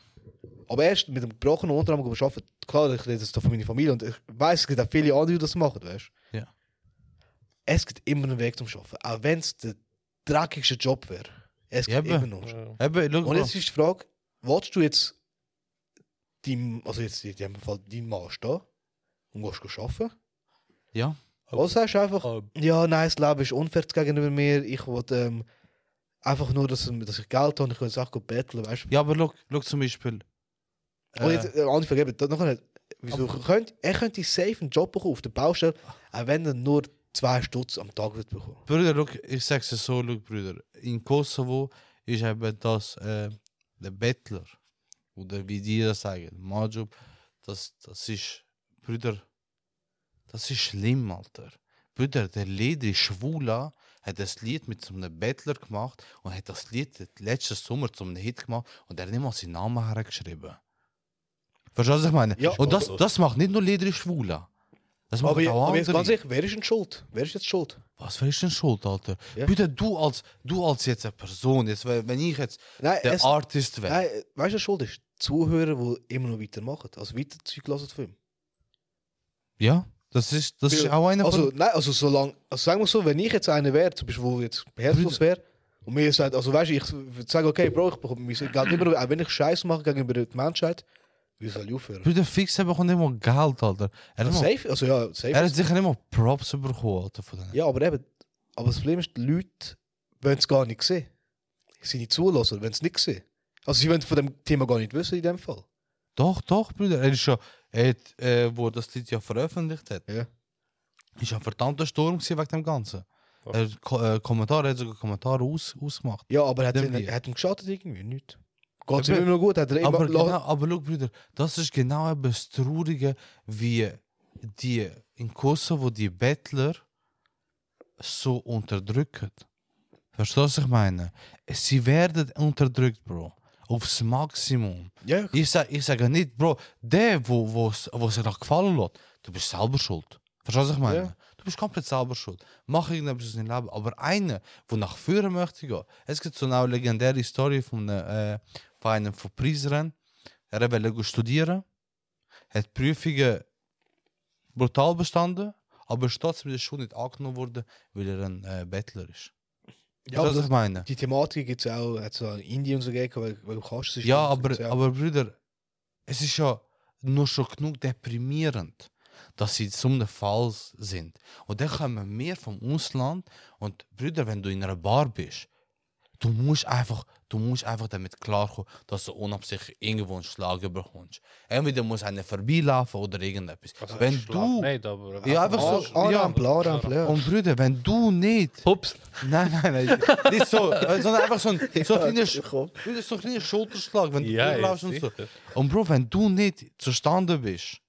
Aber erst mit dem gebrochenen Unterarm gehen wir arbeiten. Klar, ich rede jetzt hier von meiner Familie und ich weiß, es gibt auch viele andere, die das machen, weißt du? Ja. Es gibt immer einen Weg zum Arbeiten, auch wenn es der dreckigste Job wäre. Es gibt Eben. immer noch. einen. Ja. Eben, schau, Und Bro. jetzt ist die Frage, willst du jetzt dein, also jetzt in dem Fall dein Mann stehen und gehst gehen arbeiten? Ja. Oder sagst du einfach, Ähm. Aber ja, nein, das Leben ist unfair gegenüber mir, ich will ähm, einfach nur, dass, dass ich Geld habe, ich kann jetzt auch gut betteln, weißt du? Ja, aber schau, schau zum Beispiel. Und äh, jetzt, äh, andere Frage, eben, das noch nicht. Wieso könnt, er könnte safe einen Job bekommen auf der Baustelle, auch wenn er nur zwei Stutz am Tag wird bekommen. Bruder, look, ich sag's dir so, look, Bruder. In Kosovo ist eben das, äh, der Bettler, oder wie die das sagen, Majub, das, das ist, Bruder, das ist schlimm, Alter. Bruder, der Leder Schwula ah, hat das Lied mit so einem Bettler gemacht und hat das Lied letzten Sommer zum Hit gemacht und er hat nicht mal seinen Namen hergeschrieben. Verstehst du, was ich meine? Ja. und das, das macht nicht nur Leder Schwula. Das macht Aber, ja, auch aber jetzt andere. ganz ehrlich, wer ist denn schuld? Wer ist jetzt schuld? Was wer ist denn schuld, Alter? Ja. Bitte du als du als jetzt eine Person, jetzt, wenn wenn ich jetzt Nein, der es, nein Artist wäre. weißt du, wer schuld ist? Die Zuhörer, die immer noch weitermachen, also weiter Zeug hören von ihm. Ja, das ist das ist Weil- auch einer Also, von nein, also solange, also sagen wir so, wenn ich jetzt einer wäre, zum Beispiel, wo jetzt herzlos wäre, und mir sagt, also weißt du, ich würde sagen, okay, Bro, ich bekomme mein Geld immer noch, auch wenn ich Scheiß mache gegenüber der Menschheit, wie soll ich aufhören? Bitte fix hebben gewoon helemaal Geld, Alter. Er hat mal- Safe, also ja, safe. er hat sicher helemaal Props bekommen, Alter, von denen. Ja, aber eben, aber das Problem ist, die Leute wollen es gar nicht sehen. Sie sind nicht zulassen, wenn es nicht sehen. Also sie wollen von dem Thema gar nicht wissen in dem Fall. Doch, doch, Bruder. Er ist ja hat, äh, wo das Lied ja veröffentlicht hat, Ja. ist ein verdammter Sturm gewesen wegen dem Ganzen. Oh. Er hat Ko äh, Kommentare, er hat sogar Kommentare aus, ausgemacht. Ja, aber hat, Dem hat, Lied. hat ihm geschadet irgendwie? Nicht. Geht es Aber- ihm immer noch gut? Hat er immer Aber, la- genau, aber schau, Brüder, das ist genau eben das Traurige, wie die in Kosovo die Bettler so unterdrücken. Verstehst du, was ich meine? Sie werden unterdrückt, Bro. Aufs Maximum. Ja, Ich sage ich sag nicht, Bro, der, wo, wo's, wo sich noch gefallen lässt, du bist selber schuld. Verstehst du, was ich meine? Ja. Du bist komplett selber schuld. nou Mach irgendetwas in deinem Leben. Aber einer, der nach vorne möchte gehen. Es gibt so eine legendäre Story von, einem, äh, von einem von Prisren. Er wollte gehen studieren, hat Prüfungen brutal bestanden, aber ist trotzdem in der Schule nicht angenommen worden, weil er ein äh, Bettler ist. ja aber Verstehst du, was das, ich meine? die Thematik gibt es auch, hat es auch in Indien und so gegeben, weil, weil du kannst es Ja, aber, ja. aber Brüder, es ist ja nur schon genug deprimierend, dass sie so einem Fall sind. Und dann kommen wir vom Ausland und Brüder, wenn du in einer Bar bist, du musst einfach, du musst einfach damit klarkommen, dass du unabsichtlich irgendwo einen Schlag bekommst. Entweder muss einer vorbeilaufen oder irgendetwas. Also, wenn Schlag du... Nicht, aber Ja, einfach so. Arsch- Ja. Anample, Anample, ja. Und Brüder, wenn du nicht... Pups. Nein, nein, nein. Nicht so, äh, sondern einfach so ein, so ein kleiner, Sch- Komm. Brüder, so ein kleiner Schulterschlag, wenn du Ja, ja, vorbeilaufen und so. sicher. Und Bro, wenn du nicht zustande bist,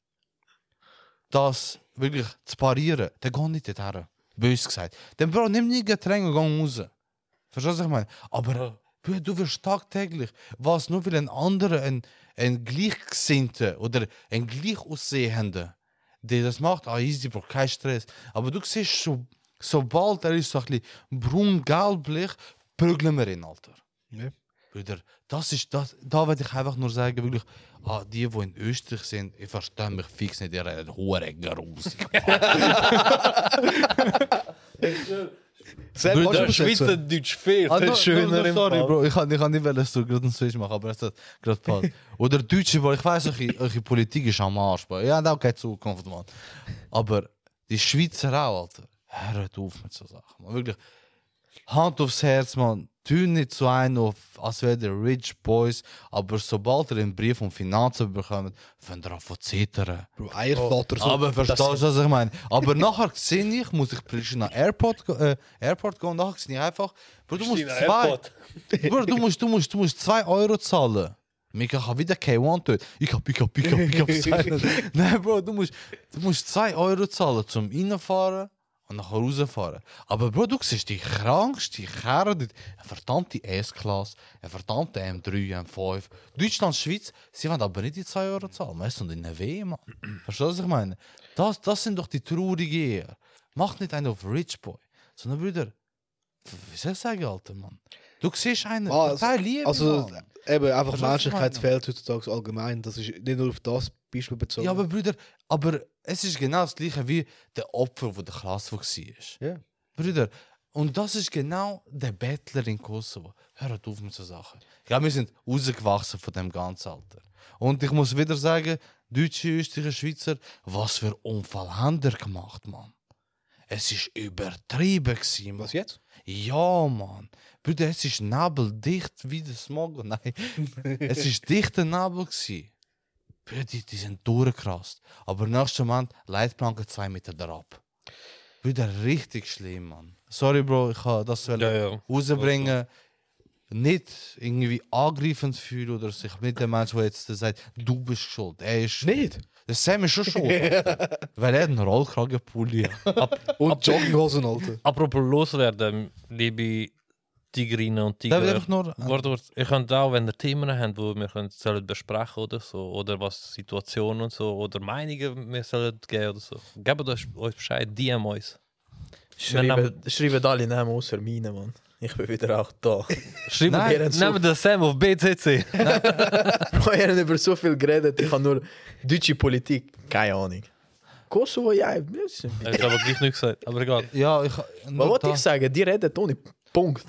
das wirklich zu parieren, dann geh nicht dorthin. Bös gesagt. Dann Bro, nimm nicht Getränke und geh raus. Verstehst du, was ich meine? Aber äh, Bro, du wirst tagtäglich, was nur weil ein anderer, ein, ein Gleichgesinnter oder ein Gleichaussehender, der das macht, ah, easy, Bro, kein Stress. Aber du siehst, so, sobald er ist so ein bisschen braun-gelblich, prügeln wir ihn, Alter. Ja. Brüder, das ist das. Da würde ich einfach nur sagen, wirklich, ah, die, die in Österreich sind, ich verstehe mich fix nicht, ihr redet hohe grusig. Sehr Brüder, Der kannst du übersetzen. Schweizerdeutsch fehlt. Ah, no, schöner no, im sorry, Fall. Bro, ich kann, ich kann nicht wollen, dass du gerade einen Switch machen, aber es hat gerade passt. Oder Deutsche, weil ich weiß, eure, eure Politik ist am Arsch, Bro. Ja, nou, da keine Zukunft, Mann. Aber die Schweizer auch, Alter. Hört auf mit so Sachen, man. Wirklich. Hand aufs Herz, man. Tu nicht so ein, auf, als wäre der Rich Boys, aber sobald ihr einen Brief um Finanzen bekommt, fängt ihr an zu zittern. Oh, Bro, Eierflatter so. aber verstehst du, was ich meine? Aber nachher sehe ich, muss ich praktisch nach Airport, go- äh, Airport gehen, nachher sehe ich einfach, Bro, du musst zwei, Bro, du musst, du musst, du musst zwei Euro zahlen. Mika hat wieder K1 töten. Ich hab, ich hab, ich hab, ich hab seinen. Nein, Bro, du musst, du musst zwei Euro zahlen zum Reinfahren und nachher rausfahren. Aber Bro, du siehst die krankste Kerle dort. Eine verdammte S-Klasse, eine verdammte M3, M5. Deutschland, Schweiz, sie wollen aber nicht die zwei Euro zahlen. Weißt du, und in der Weh, Mann. Verstehst du, was ich meine? Das, das sind doch die traurigen Ehe. Mach nicht einen auf Rich Boy, sondern Brüder, wie soll ich sagen, Alter, Mann? Du siehst einen, ah, Ah, also- Liebe, Also Mann. eben Verstehst einfach du, was ich Menschlichkeit fehlt heutzutage allgemein. Das ist nicht nur auf das Beispiel bezogen. Ja, aber Brüder, aber es ist genau das gleiche wie der Opfer, wo der Klasse war. Ja. Brüder, und das ist genau der Bettler in Kosovo. Hört auf mit so Sachen. Ja, wir sind rausgewachsen von dem ganzen Alter. Und ich muss wieder sagen, Deutsche, Österreicher, Schweizer, was für Unfall haben die gemacht, Mann. Es ist übertrieben gewesen, Mann. was jetzt? Ja, Mann. Bruder, es ist nabeldicht wie der Smog. Nein, es ist dichter Nabel. gsi. Bruder, die, die sind durchgerast. Aber nächsten Mann, Leitplanke zwei Meter drauf. Bruder, richtig schlimm, Mann. Sorry, Bro, ich habe das wollen Ja, ja. rausbringen. Nicht irgendwie angreifend fühlen oder sich mit dem Mensch, der jetzt sagt, du bist schuld. Er ist schuld. Nicht. Der Sam ist schon schuld. Alter. Weil er einen Rollkragenpulli hat. Und Jogginghosen, Alter. Apropos loswerden, liebe Tigrinnen und Da will Tiger. ich nur. Word, word. Ihr könnt auch, wenn ihr Themen habt, die wir können, sollen besprechen oder so, oder was Situationen und so, oder Meinungen wir sollen geben oder so, gebt euch, euch dus Bescheid, DM uns. Schreiben, schreiben alle Namen außer meine, Mann. Ich bin wieder auch da. Schreibt Nein, Nein, so- nehmt den Sam auf BCC. Bro, ihr habt über so viel geredet. Ich habe nur deutsche Politik. Keine Ahnung. Kosovo, ja. das ist- Er hat aber gleich nichts gesagt, aber egal. Ja, ich. Was nur wollte da- ich sagen? Die reden ohne Punkt.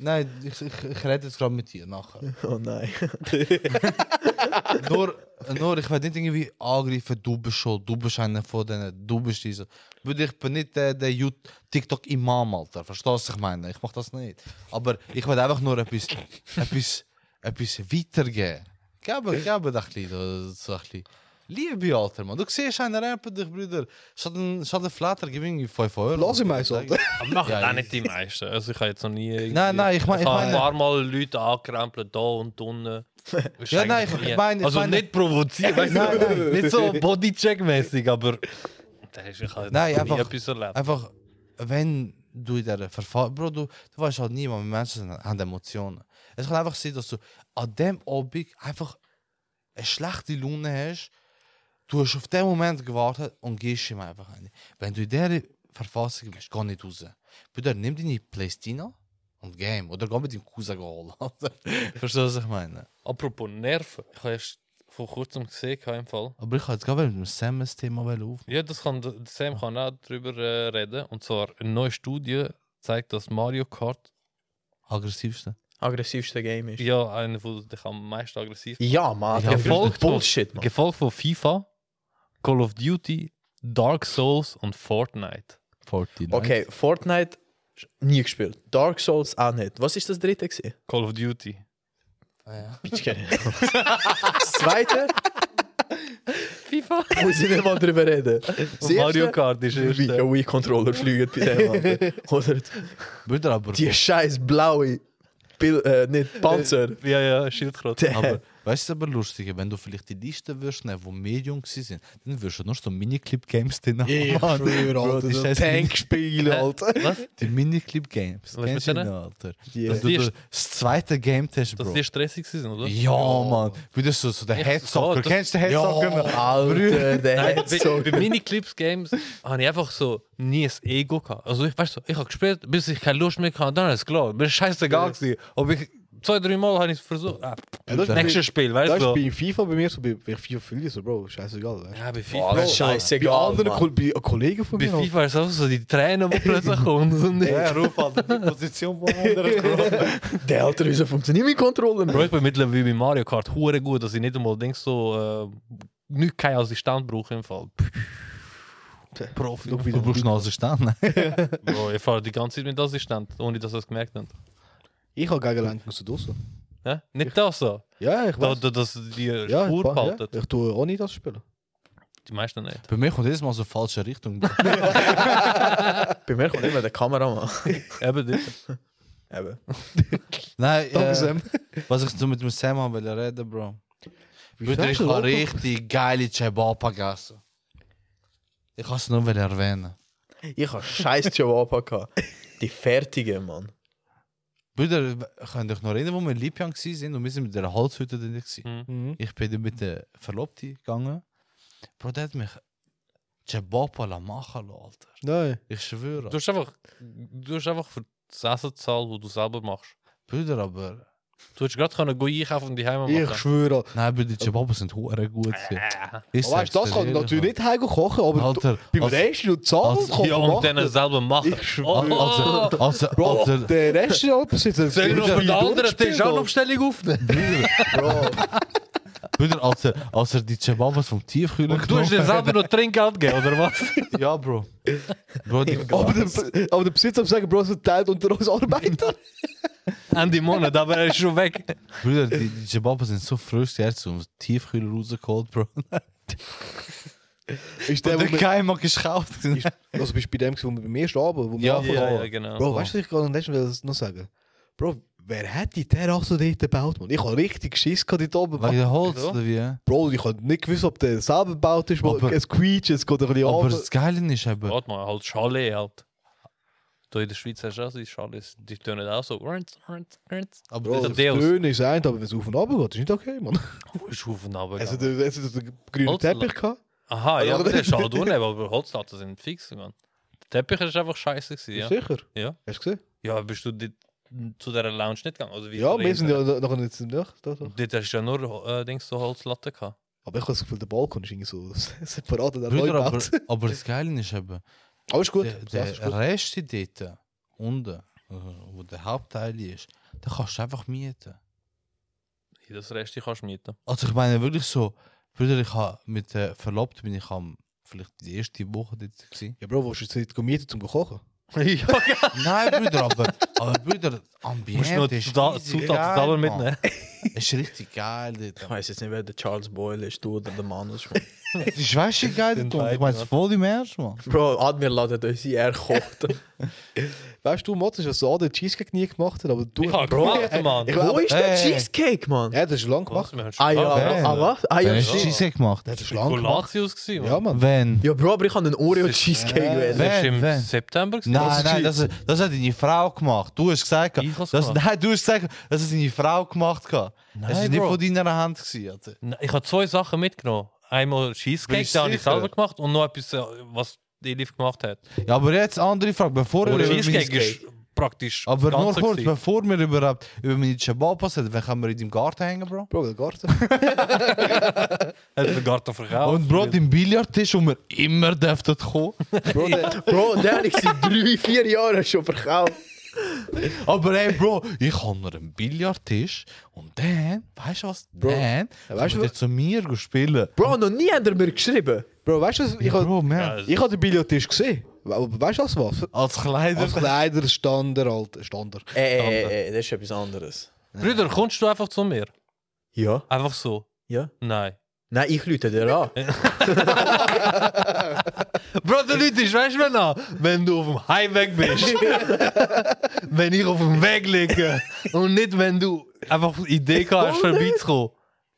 Nein, ich, ich, ich rede jetzt gerade mit dir nachher. Oh nein. nur, nur, ich werde nicht irgendwie angreifen, du bist schuld, du bist einer von denen, du bist dieser. Würde ich bin nicht der, der eh, Jut- TikTok-Imam, Alter. Verstehst du, was ich meine? Ich mach das nicht. Aber ich werde einfach nur etwas, etwas, etwas weitergeben. Geben, geben, das ein bisschen, so ein bisschen. Liebe, Alter, man. Du siehst einen rappen dich, Bruder. Statt ein, statt ein Flatter gebe ich irgendwie 5 Euro. Lass ihn mal, Alter. Aber machen Ja, auch ich- nicht die meisten. Also ich habe jetzt noch nie... Nein, irgendwie- nein, ich meine... Ich Ich habe ein meine paar Mal Leute angekrempelt, da und unten. Ist Ja, nein, eigentlich ich- nie- ich meine- ich Also meine- nicht provozieren, weißt Nein, du? nein. Nicht so bodycheck-mäßig, aber... Da ist, ich habe Nein, noch nie einfach- etwas erlebt. einfach, wenn du in dieser Verfassung... Bro, du, du weißt halt nie, man Menschen sind- haben Emotionen. Es kann einfach sein, dass du an dem Abend einfach eine schlechte Laune hast, du hast auf den Moment gewartet und gehst ihm einfach rein. Wenn du in dieser Verfassung bist, geh nicht raus. Bruder, nimm deine Playstina und Game. Oder geh mit deinem Cousin holen. Alter. Verstehst du, was ich meine? Apropos Nerven. Ich habe erst vor kurzem gesehen, im Fall. Aber ich wollte jetzt gerade mit dem Sam das Thema aufnehmen. Ja, dus das kann der Sam kann auch darüber äh, reden. Und zwar eine neue Studie zeigt, dass Mario Kart Aggressivste. Aggressivste Game ist. ja einer von dich am meisten aggressiv. Ja, Mann. Ja, Ja, voll Bullshit, Bullshit, Mann. Gefolgt von FIFA, Call of Duty, Dark Souls und Fortnite. 49. Okay, Fortnite nie gespielt. Dark Souls auch nicht. Was ist das dritte gewesen? Call of Duty. Ah, Bitch, keine Ahnung. Das zweite FIFA? muss ich nicht mal drüber reden. Das Mario erste- Kart ist erst. äh, Wie ein Wii-Controller fliegt bei dem. Alter. Oder Bruder, aber... die scheiß blaue Bil äh, nicht Panzer. Ja, ja, Schildkröte. Der- Aber weißt du, aber lustig, wenn du vielleicht die Liste wirst, ne, wo Medium sind, dann wirst du nur so Miniclip-Games drin haben. Ich schwöre, Bro, Alter. die so scheiß Tankspiele, Alter. Was? Die Miniclip-Games. Was Kennst du mit die denen? noch, Alter? Die- Dass du Die- das zweite Game test, Dass Bro. die stressig sind, oder? Ja, Mann. Wieder so, so der Echt? Headsocker. Oh, das- Kennst du den Headsocker? noch? Alter, der Nein, hat so. bei, bei Miniclips-Games habe ich einfach so nie ein Ego gehabt. Also ich, weißt du, ich habe gespielt, bis ich keine Lust mehr hatte, dann ist es klar. Mir ist scheißegal gewesen. Ob ich zwei, drei Mal habe ich es versucht. Ah, Ja, das ist bei- nächstes Spiel, weißt Das du. so. ist bei FIFA bei mir so, bei, bei FIFA fühle ich so, Bro, scheißegal. Weißt? Ja, bei Boah, FIFA. das ist Bei scheißegal. anderen Mann. Ko bei Kollegen von bei mir. Alter. FIFA ist es auch so die Tränen, die plötzlich kommen. So nicht. Ja, ruf an, die Position von anderen. Der Alter, unser funktioniert mit Controller. Bro, ich bin mittlerweile bei Mario Kart hure gut, dass ich nicht einmal denk so, äh, nicht keinen Assistent brauche im Fall. Profi. Du brauchst noch Assistent, ne? Bro, ich fahre die ganze Zeit mit Assistent, ohne dass er es gemerkt hat. Ich habe gegen Lenken so draussen. Ja? Nicht das so. Ja, ich Da, weiß. da, dass die Ja, Spur ich, pa- behalten. ja. ich tue auch nicht das spielen. Die meisten nicht. Bei mir kommt jedes Mal so falsche Richtung. Bei mir kommt immer der Kameramann. Eben die- Eben. Nein, Danke, äh, Sam. was ich so mit dem Sam haben will reden, Bro. Wie Bruder, ich sagst du, habe Alter? richtig geile Cebapa gegessen. Ich kann es nur wieder erwähnen. Ich habe scheiß Chihuahua gehabt. Die fertige, Mann. Bruder, könnt ihr euch noch erinnern, wo wir in Lipian waren und wir sind mit der Holzhütte drin. gewesen. Mhm. Ich bin dann mit der Verlobten gegangen. Bro, der hat mich Cebapa machen lassen, Alter. Nein. Ich schwöre. Du hast einfach, du hast einfach für das Essen gezahlt, das du selber machst. Bruder, aber... Du hättest gerade können gehen einkaufen und die Heim Ich schwöre. Nein, Bruder, die Cebapa sind hure gut. Aber weißt du, das kann ich natürlich nicht heimgehen kochen, aber du, Alter, beim als- Rest du zahlst als- kochen. Ja, mach und dann das. selber machen. Ich schwöre. Oh, oh, Also, also, Bro, also, der Restaurant besitzt einen Soll ich noch für den anderen Tisch auch noch Bestellung aufnehmen? Bro, Bruder, als er, als er die Cebabas vom Tiefkühler Und du hast dir genommen selber noch Trinkgeld gegeben, oder was? hat- Ja, Bro. Bro, die, aber, der, aber der Besitzer hat gesagt, Bro, es teilt unter uns Arbeiter. Ende Monat, aber er ist schon weg. Bruder, die, die Cebabas sind so frisch, die hat so einen Tiefkühler rausgeholt, Bro. ist der, Der, wo der wir, Geimann geschaut. ist, also bist du bei dem, gewesen, wo wir bei mir starben? Wo wir Ja, angefangen ja, haben? genau. Bro, weißt du, was ich gerade nicht will noch sagen Bro, wer hat die Terrasse dort gebaut? Mann? Ich habe richtig Schiss gehabt dort oben. Wegen der Holz, Wieso? oder wie? Aber Bro, ich habe nicht gewusst, ob der selber gebaut ist. Aber Aber- es quietscht, es geht ein bisschen das Geile ist eben, Warte mal, halt Chalet halt. Da in der Schweiz hast du auch so die Chalets, die tönen auch so. Rrnt, rrnt, rrnt. aber Bro, der das Deus. Tönen ist ein, aber wenn es auf und ab geht, ist nicht okay, Mann. Oh, ist auf und runter Es hat gegangen. es hat einen grünen Holz- Teppich gehabt. Aha, ja, Also- aber der ist halt unten, aber Holzlatten sind fix, man. Der Teppich ist einfach scheiße gewesen, ja. Bist du sicher? Ja. Hast du gesehen? Ja, bist du dit, zu dieser Lounge nicht gegangen? Also, wie Ja, ist der Mhm. wir sind Inter- ja noch noch nicht doch, doch, doch. Dort hast du ja nur äh, Dings so Holzlatte gehabt. Aber ich habe das Gefühl, der Balkon ist irgendwie so separat an der Bruder, aber, Neubaut. aber das Geile ist eben, Aber ist gut. der, Das ist der gut. Rest dort unten, äh, wo der Hauptteil ist, den kannst du einfach mieten. Das Rest die kannst du mieten. Also ich meine wirklich so, Bruder, ich habe mit der Verlobten bin ich am vielleicht die erste Woche dort gewesen. Ja, Bro, wo hast du jetzt nicht gemietet, um zu kochen? ja, Nein, Bruder, aber, aber Bruder, musst Ambiente du noch ist Zutat riesig Zutaten geil, selber Mann. mitnehmen. Ist richtig geil dort. Ich weiß jetzt nicht, wer der Charles Boyle ist, du oder der Manus. Mann. Het is weinig geil, Den Tom. Ich beiden, meine, es ist oder? voll die Mensch, man. Bro, Admir dus ladet uns ein, er kocht. Weißt du, Mott, ist, dass so der Cheesecake nie gemacht hat, aber du. Ich habe Bro, gemacht, Mann. Ich Ich Wo glaube, ist der Hey. Cheesecake, Mann? er hat das schon lange gemacht. Ah ja, Hey. ah was? Ah Wer ja, hast du ja. shit. Cheesecake gemacht? Er hat das schon lange gemacht. Kolatius gewesen, Mann. Ja, Mann. Wenn? Ja, Bro, aber ich habe einen Oreo-Cheesecake Ja. gewählt. Das ist Wenn, im wenn. September gewesen. Nein, nein, das, das hat deine Frau gemacht. Du hast gesagt, Ich hab's das, gemacht. nein, du hast gesagt, das hat deine Frau gemacht. Nein, es war nicht Bro. von deiner Hand. Gewesen, Alter. Nein, Ich habe zwei Sachen mitgenommen. Einmal Cheesecake, Bist den habe ich sicher? selber gemacht und noch etwas, äh, was die Elif gemacht hat. Ja, aber jetzt andere Frage, bevor Und wir über Cheesecake meine, ist praktisch aber das nur Ganze kurz, gewesen. bevor wir überhaupt über meine Chababas reden, wann können wir in deinem Garten hängen, Bro? Bro, der Garten. Hat den Garten verkauft. Und Bro, dein Billardtisch, wo wir immer dürften kommen. Bro, der, Bro, der habe ich seit drei, vier Jahren schon verkauft. aber hey, Oh, Bro, ich habe noch einen Billardtisch und dann, weißt du was, Bro, dann ja, weißt weißt du, du der zu mir gehen spielen. Bro, noch nie hat er mir geschrieben. Bro, weißt du, was- ich Ja, habe Bro, man, Ja, das- ich hab den Billardtisch gesehen. Aber weißt du, als was? als Kleider. Als Kleiderstander, Alter. Stander. Ey, ey, ey, ey, das ist etwas anderes. Brüder, kommst du einfach zu mir? Ja? Einfach so? Ja? Nein. Nein, ich lüte dir an. Bro, der Leute ist, weißt du, wenn nou? an? Wenn du auf dem Heimweg bist. wenn ich auf dem Weg liege. Und nicht, wenn du einfach die Idee gehabt hast, vorbeizukommen.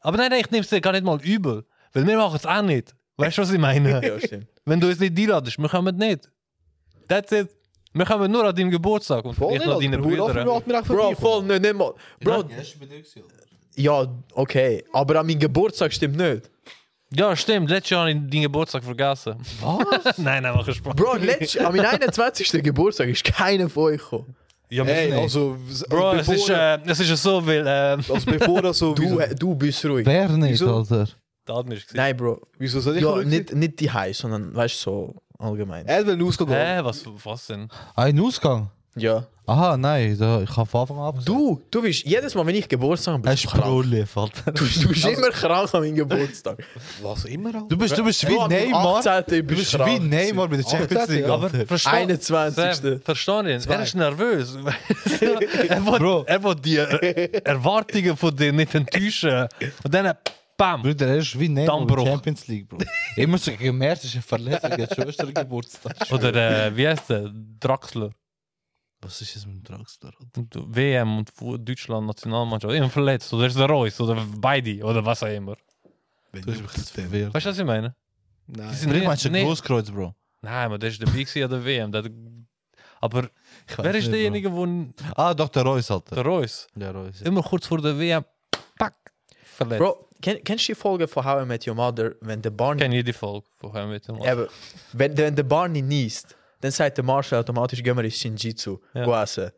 Aber nein, nein, ich nehme es dir gar nicht mal übel. Weil wir machen es auch nicht. Weißt du, was ich meine? Ja, stimmt. Wenn du uns nicht einladest, wir kommen nicht. That's it. Wir kommen nur an deinem Geburtstag und Voll vielleicht noch deinen Brüdern. Brüdern. Bro, voll nicht, nicht mal. Bro, ja, okay. Aber an meinem Geburtstag stimmt nicht. Ja, stimmt. Letztes Jahr habe ich deinen Geburtstag vergessen. Was? nein, nein, mach Spaß. Bro, letzt, an meinem 21. Geburtstag ist keiner von euch gekommen. ja, wir- Hey, oh, also, s- Bro, es bevor, ist, äh, es ist ja so, weil äh, also bevor er so. Du, wieso, äh, du bist ruhig. Wer nicht, Wieso? Alter? der Admin ist gesehen. Nein, Bro. wieso soll ich Ja, ruhig nicht, sein? nicht die High, sondern weißt du, so Eh. allgemein. Er will ausgehen. Hä, was, was denn? Ein Ausgang? Ja. Aha, nein, da, ich habe von Anfang an gesagt. Du, du bist jedes Mal, wenn ich Geburtstag habe, Ein bist du krank. Sprudel, Alter. Du, du bist immer krank an meinem Geburtstag. Was immer, Alter. Du bist, du bist wie Bro, am Neymar. 18. Du bist bist wie krank. Neymar bei der Champions 18, League. ja. Alter. Versteh- 21. Sam, Versteh ich. Er ist nervös. er, will, Bro. er will die äh, Erwartungen von dir nicht enttäuschen. Und dann, äh, bam. Bruder, er ist wie Neymar bei der Dammbruch. Champions League, Bro. Immer so gemerkt, es ist eine Verletzung, er hat schon erst den Geburtstag. Oder äh, wie heißt der? Draxler. Was ist jetzt mit dem Draxler? Alter? Und WM und Fu- Deutschland Nationalmannschaft. Immer verletzt. Oder ist der Reus. Oder beide. Oder oh, was auch immer. Du bist mich jetzt verwirrt. Weißt du, was ich meine? Die Nein. sind Ich meine, es ist ein nee. Großkreuz, Bro. Nein, aber der ist dabei gewesen an der WM. Der, aber Ich weiß wer ist nicht, derjenige, wo Bro. Ah, doch, der Reus, Alter. der Reus? Der Reus. Immer kurz vor der WM. Pack. Verletzt. Bro, kenn, kennst du die Folge von How I Met Your Mother, wenn der Ich Barney kenne jede Folge von How I Met Your Mother. Eben, wenn, wenn der Barney niest, dann sagt der Marshall automatisch, gehen wir ins Shinjitsu Ja. ja. essen.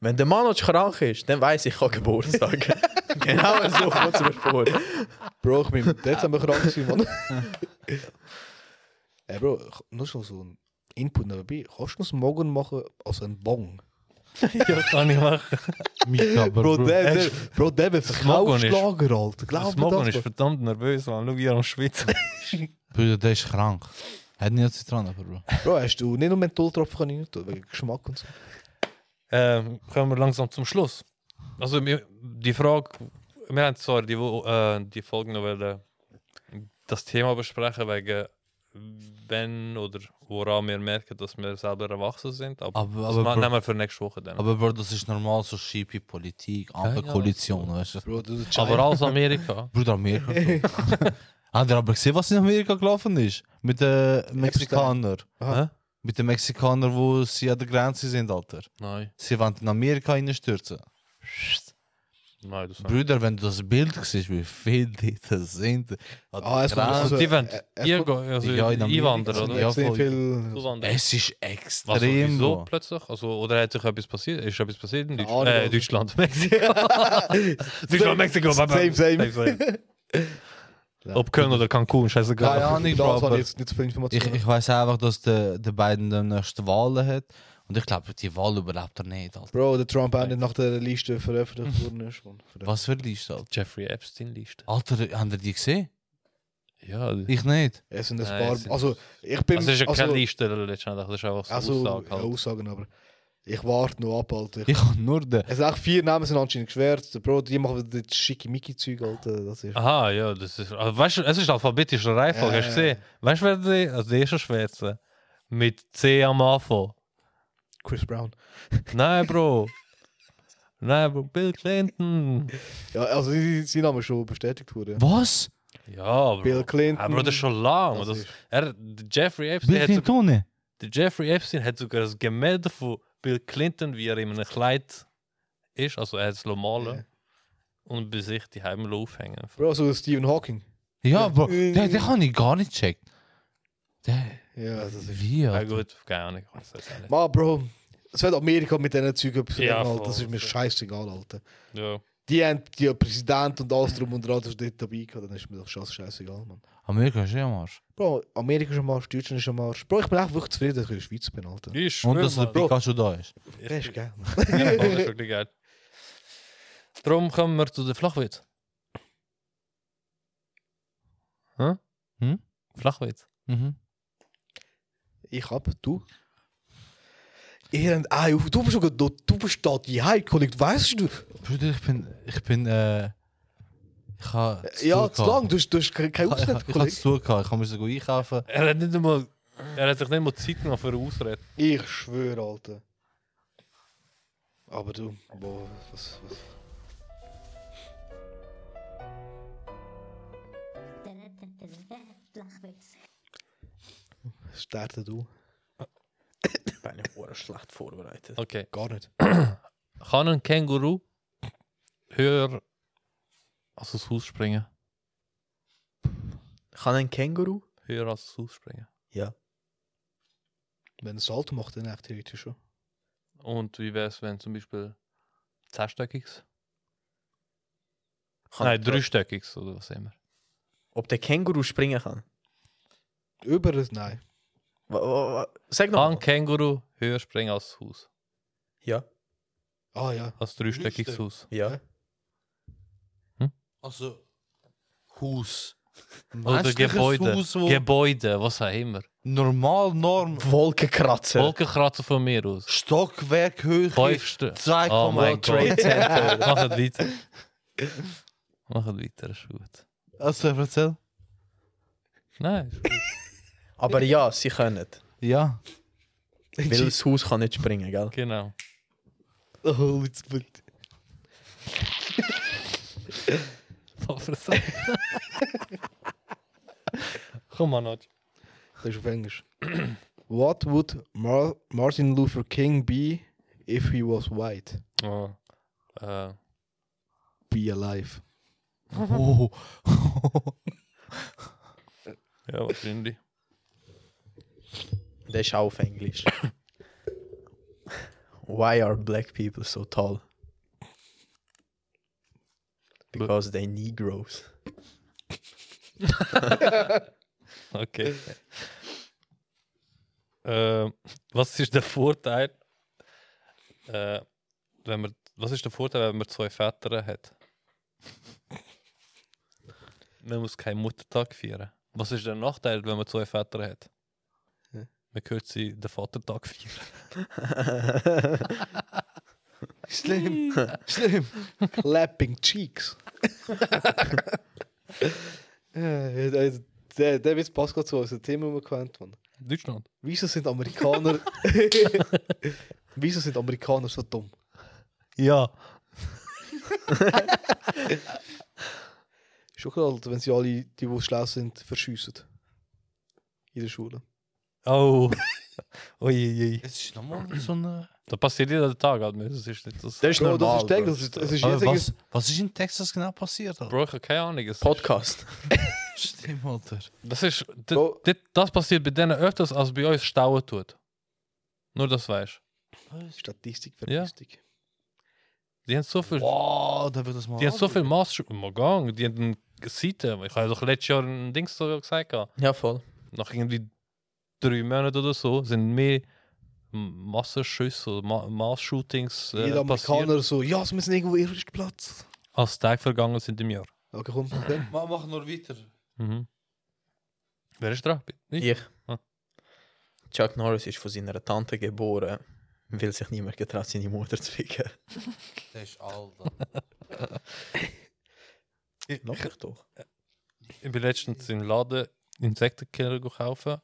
Wenn der Mann noch krank ist, dann weiß ich, ich habe Geburtstag. genau so kommt es mir vor. Bro, ich bin im Dezember krank gewesen, Mann. Ey, Bro, ich- nur schon so ein Input nebenbei. Kannst du uns morgen machen als ein Bong? Ja, kann ich machen. Mika, Bro. Bro. der, der, Bro, der will Smogon ist- Verkaufsschlager, Alter. Glaub Das mir Morgan ist das, Bro. verdammt nervös, man. Schau, wie er am Schwitzen ist. Bruder, der ist krank. Er hat nicht zu dran, aber Bro. Bro, hast du nicht nur Mentholtropfen rein tun, wegen Geschmack und so. Ähm, kommen wir langsam zum Schluss. Also, wir- die Frage, wir haben zwar die, Wo- äh, die Folge noch wollen, äh, das Thema besprechen, wegen wenn oder woran wir merken, dass wir selber erwachsen sind. Aber, Aber- das aber ma- Bro- nehmen wir für nächste Woche dann. Aber, Aber Bro, dus das ist normal, so schiebe Politik, Ampelkoalition, weißt du. Bro, du alles Amerika. Bruder, Amerika. Ah, Habt ihr aber gesehen, was in Amerika gelaufen ist? Mit den Mexikanern. Hä? Mit den Mexikanern, wo sie an der Grenze sind, Alter. Nein, Sie wollen in Amerika reinstürzen. nein, das nicht. Bruder, wenn du das Bild siehst, wie viele die das sind. an der Ah, es kommt Grenze. also- Und die wollen äh, äh, ihr go- also Ja, in Amerika einwandern, sind oder? ja Ja, sehr voll. viel. Zuwandern. Es ist Was, extrem. wieso Bro. plötzlich? Also, oder hat sich etwas passiert? Ist etwas passiert in Keine Deutschland? Ahnung. Äh, Deutschland, Mexiko. Deutschland, Mexiko. Same, same. Ob Köln oder Cancun, scheißegal. Keine Ahnung, Bro, Das war aber jetzt nicht so viel ich, Information. ich weiß einfach, dass der de beiden demnächst Wahlen hat. Und ich glaube, die Wahl überlebt er nicht. Alter. Bro, der Trump auch nicht nach der Liste veröffentlicht worden ist. Mann. Was für Liste, Alter? Jeffrey Epstein-Liste. Alter, haben ihr die gesehen? Ja, Ich nicht. Es sind ein Nein, es paar. sind- Also, ich bin. das ist ja also, keine Liste letztendlich, das ist einfach so Also, Aussage. ja, Halt. Aussagen, aber. Ich warte noch ab, Alter. Ich habe nur den. Es sind echt vier Namen sind anscheinend geschwärzt. Bro, die machen wieder das schicke Mickey-Zeug, Alter. Das ist. Aha, ja, das ist. Also, weißt du, es ist alphabetische Reihenfolge, Ja, hast du ja, ja. gesehen? Weißt du, wer die, also die erste Schweizer mit C am Anfang? Chris Brown. Nein, Bro. Nein, Bro, Bill Clinton. Ja, also sein sein Name ist schon bestätigt wurde. Was? Ja, Bro. Bill Clinton. Aber das ist schon lang. Das Das ist- er, der Jeffrey Epstein Bill hat sogar, Clinton? der Jeffrey Epstein hat sogar das Gemälde von Bill Clinton, wie er in einem Kleid ist. Also er hat es malen Ja. und bei sich die Heim aufhängen. Bro, so Stephen Hawking. Ja, Bro, den, den habe ich gar nicht gecheckt. Der, Ja, das ist. wie? Ja, Alter? gut, keine Ahnung. Ich weiß es auch nicht. Ma, Bro, es wird Amerika mit diesen Zeugen etwas Ja, machen, Alter. voll, Das ist mir voll. scheißegal, Alter. Ja. Die haben die Präsident und alles drum und dran, das ist dort dabei gehabt, dann ist mir doch scheiß- scheißegal, Mann. Amerika ist eh am Arsch. Bro, Amerika ist am Arsch, Deutschland ist am Arsch. Bro, ich bin echt wirklich zufrieden, dass ich in der Schweiz bin, Alter. Ich Und schwöre, dass der Mann. Pikachu da ist. Ich- Das ist geil, Mann. Ja, voll, das ist wirklich geil. Darum kommen wir zu der Flachwitz. Hm? Hm? Flachwitz. Mhm. Ich hab, du? Ihr habt, ah, du bist sogar dort, du bist da, die Heikonik, du weißt du? Bruder, ich bin. Ich bin. Äh, ich habe. Äh, Ja, zu lang, dus du hast, du hast ke- keinen Ich Ausschnitt, habe es Kollege. zu gehabt. Ich musste einkaufen. Er hat nicht einmal. Er hat sich nicht mal Zeit genommen für eine Ausrede. Ich schwöre, Alter. Aber du, boah, was, was. Flachwitz. Starte du? Ich bin ich hure schlecht vorbereitet. Okay. Gar nicht. Kann ein Känguru höher als das Haus springen? Kann ein Känguru? Höher als das Haus springen. Wenn es Salto macht, dann echt theoretisch schon. Und wie wäre es, wenn zum Beispiel zehnstöckiges? Kann Nein, ein- dreistöckiges oder was immer. Ob der Känguru springen kann? Über das, nein. Wa- wa- wa- Sag Kann noch. ein Känguru höher springen als das Haus? Ja, Ah ja. Als dreistöckiges Dreistöck- Haus? ja. Also. Haus. Oder Gebäude. Gebäude, was auch immer. normal, norm. Wolkenkratzer. Wolkenkratzer von mir aus. Stockwerk, Fünf Stück. Zwei Oh mein Gott. Trade Center. Macht weiter. Macht weiter, ist gut. Also, erzähl. Nein, ist gut. Aber ja, sie können. Ja. Weil das Haus kann nicht springen, gell? genau. Oh, jetzt wird- Komm mal, Notch. Das ist auf Englisch. What would Mar Martin Luther King be if he was white? Oh. Äh, Be alive. Oh. ja, wahrscheinlich. Der ist auch auf Englisch. Why are black people so tall? Because they Negroes. Okay. äh, was ist der Vorteil, äh, wenn man, was ist der Vorteil, wenn man zwei Väter hat? Man muss keinen Muttertag feiern. Was ist der Nachteil, wenn man zwei Väter hat? Hä? Man könnte sie den Vatertag feiern. Schlimm. Schlimm. Hm. Clapping cheeks. ja, also, der, der Witz passt gerade so aus dem Thema, das wir kennt, Mann. Deutschland. Wieso sind Amerikaner... Wieso sind Amerikaner so dumm? Ja. Ist auch klar, Alter, wenn sie alle, die, die schlau sind, verschiessen. In der Schule. Oh. Uiuiui. Es ist nochmal so eine. Das passiert jeden Tag, halt. Das ist nicht das. Das ist Bro, das normal. ist täglich, Bro. das ist, das ist Aber jetzt Oh, was, was ist in Texas nou genau passiert? Alter? Bro, ich habe keine Ahnung. Es ist- Podcast. Stimmt, Alter. Das ist. d- Bro. d- Das passiert bei denen öfters, als bei uns stauen tut. Nur das weißt Statistik, Statistik. Die haben so viel. Wow, da wird das mal. Die haben so viel Maß. Mal gang. Die haben eine Seite. Ich habe doch letztes Jahr ein Ding so gesagt. gehabt. Ja, voll. Nach irgendwie drei Monaten oder so sind mehr M- Massenschüsse oder Ma Mass-Shootings Jeder äh, passiert, Amerikaner so, ja, es müssen irgendwo erst Platz. als Tage vergangen sind im Jahr. Okay, komm, dann. Mach, mach nur weiter. Mhm. Wer ist dran? Ich? Ich. Ah. Chuck Norris ist von seiner Tante geboren Weil sich niemand getraut, seine Mutter zu ficken. Das ist Alter. Noch ich doch. Ich bin letztens im Laden Insektenkiller kaufen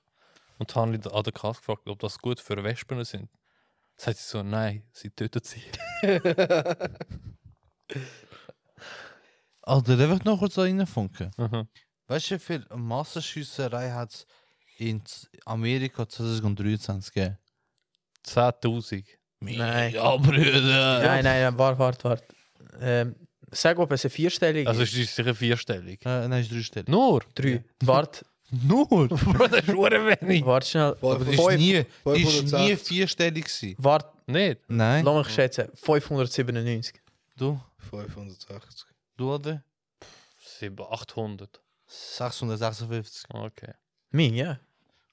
und habe an der Kasse gefragt, ob das gut für Wespen sind. Sagt sie so, nein, sie tötet sie. Alter, darf ich noch kurz da reinfunken? Mhm. Weißt du, wie viel Massenschüsserei hat es in Z- Amerika 2023 gegeben? 10.000. Nein. Ja, Brüder! Nein, nein, warte, warte, warte. Ähm, sag, ob es eine Vierstellung Also ist. es ist sicher vierstellig. Äh, nein, ist dreistellig. Nur? Drei. Warte, Nur? Bro, das ist hure wenig. warte schnell. Aber das ist nie, das ist nie vierstellig gewesen. Warte, Nicht? Nein. lass mich schätzen. 597. Du? 580. Du, Ade? 700, 800. 656. Okay. Mein, ja.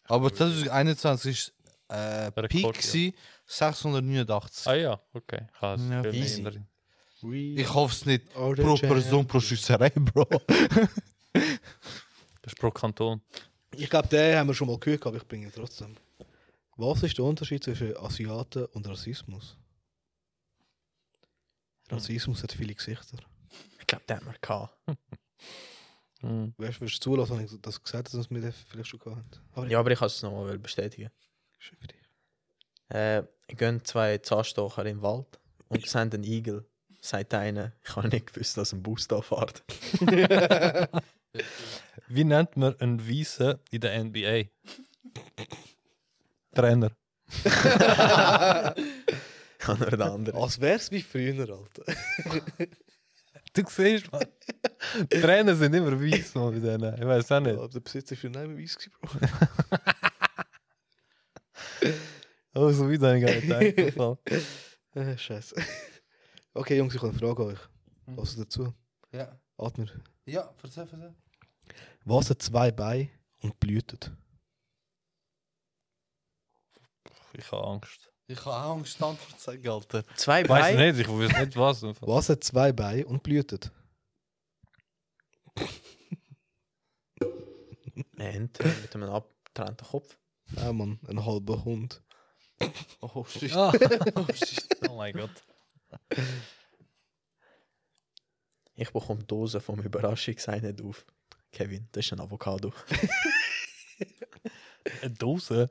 Aber 2021 ist äh, Rekord, Peak ja. gewesen, 689. Ah ja, okay. Ich habe es Ja, viel easy. mehr in Erinnerung. Ich hoffe es nicht. Oh, der Pro Jack. Person, pro Schüsserei, Bro. Das ist pro Kanton. Ich glaube, den haben wir schon mal gehört, aber ich bringe ihn trotzdem. Was ist der Unterschied zwischen Asiaten und Rassismus? Hm. Rassismus hat viele Gesichter. Ich glaube, den haben wir gehabt. Hm. Weißt du, wirst du zulassen, wenn ich das gesagt habe, dass wir das vielleicht schon gehabt haben? Aber Ja, aber ich kann es nochmal bestätigen. Schön für dich. Äh, gehen zwei Zahnstocher im Wald und sehen einen Igel. Sagt der eine, ich habe nicht gewusst, dass ein Bus da fährt. Wie nennt man einen Weißen in der NBA? Trainer. Kann er den anderen. Als wär's wie früher, Alter. Du siehst, man. Trainer sind immer weiß, man, bei denen. Ich weiß auch nicht. Aber der Besitzer ist für nein, weiss gewesen, Bro. Oh, so wie deine Gedanken. Äh, Scheiße. Okay, Jungs, ich habe eine Frage an euch. Hm. Was dazu? ja. Atmer. Ja, verzeih, verzeih. Was hat zwei Beine und blühtet? Ich habe Angst. Ich habe auch Angst, Antwort zu sagen, Alter. Zwei Ich weiß Beine. nicht, ich weiß nicht was. im Fall. Was hat zwei Beine und blühtet? Eine Ente mit einem abgetrennten Kopf. Ah, Mann, ein halber Hund. Oh, shit. Ah, oh, shit. oh mein Gott. Ich bekomme Dosen vom Überraschungsei nicht auf. Kevin, das ist ein Avocado. Eine Dose?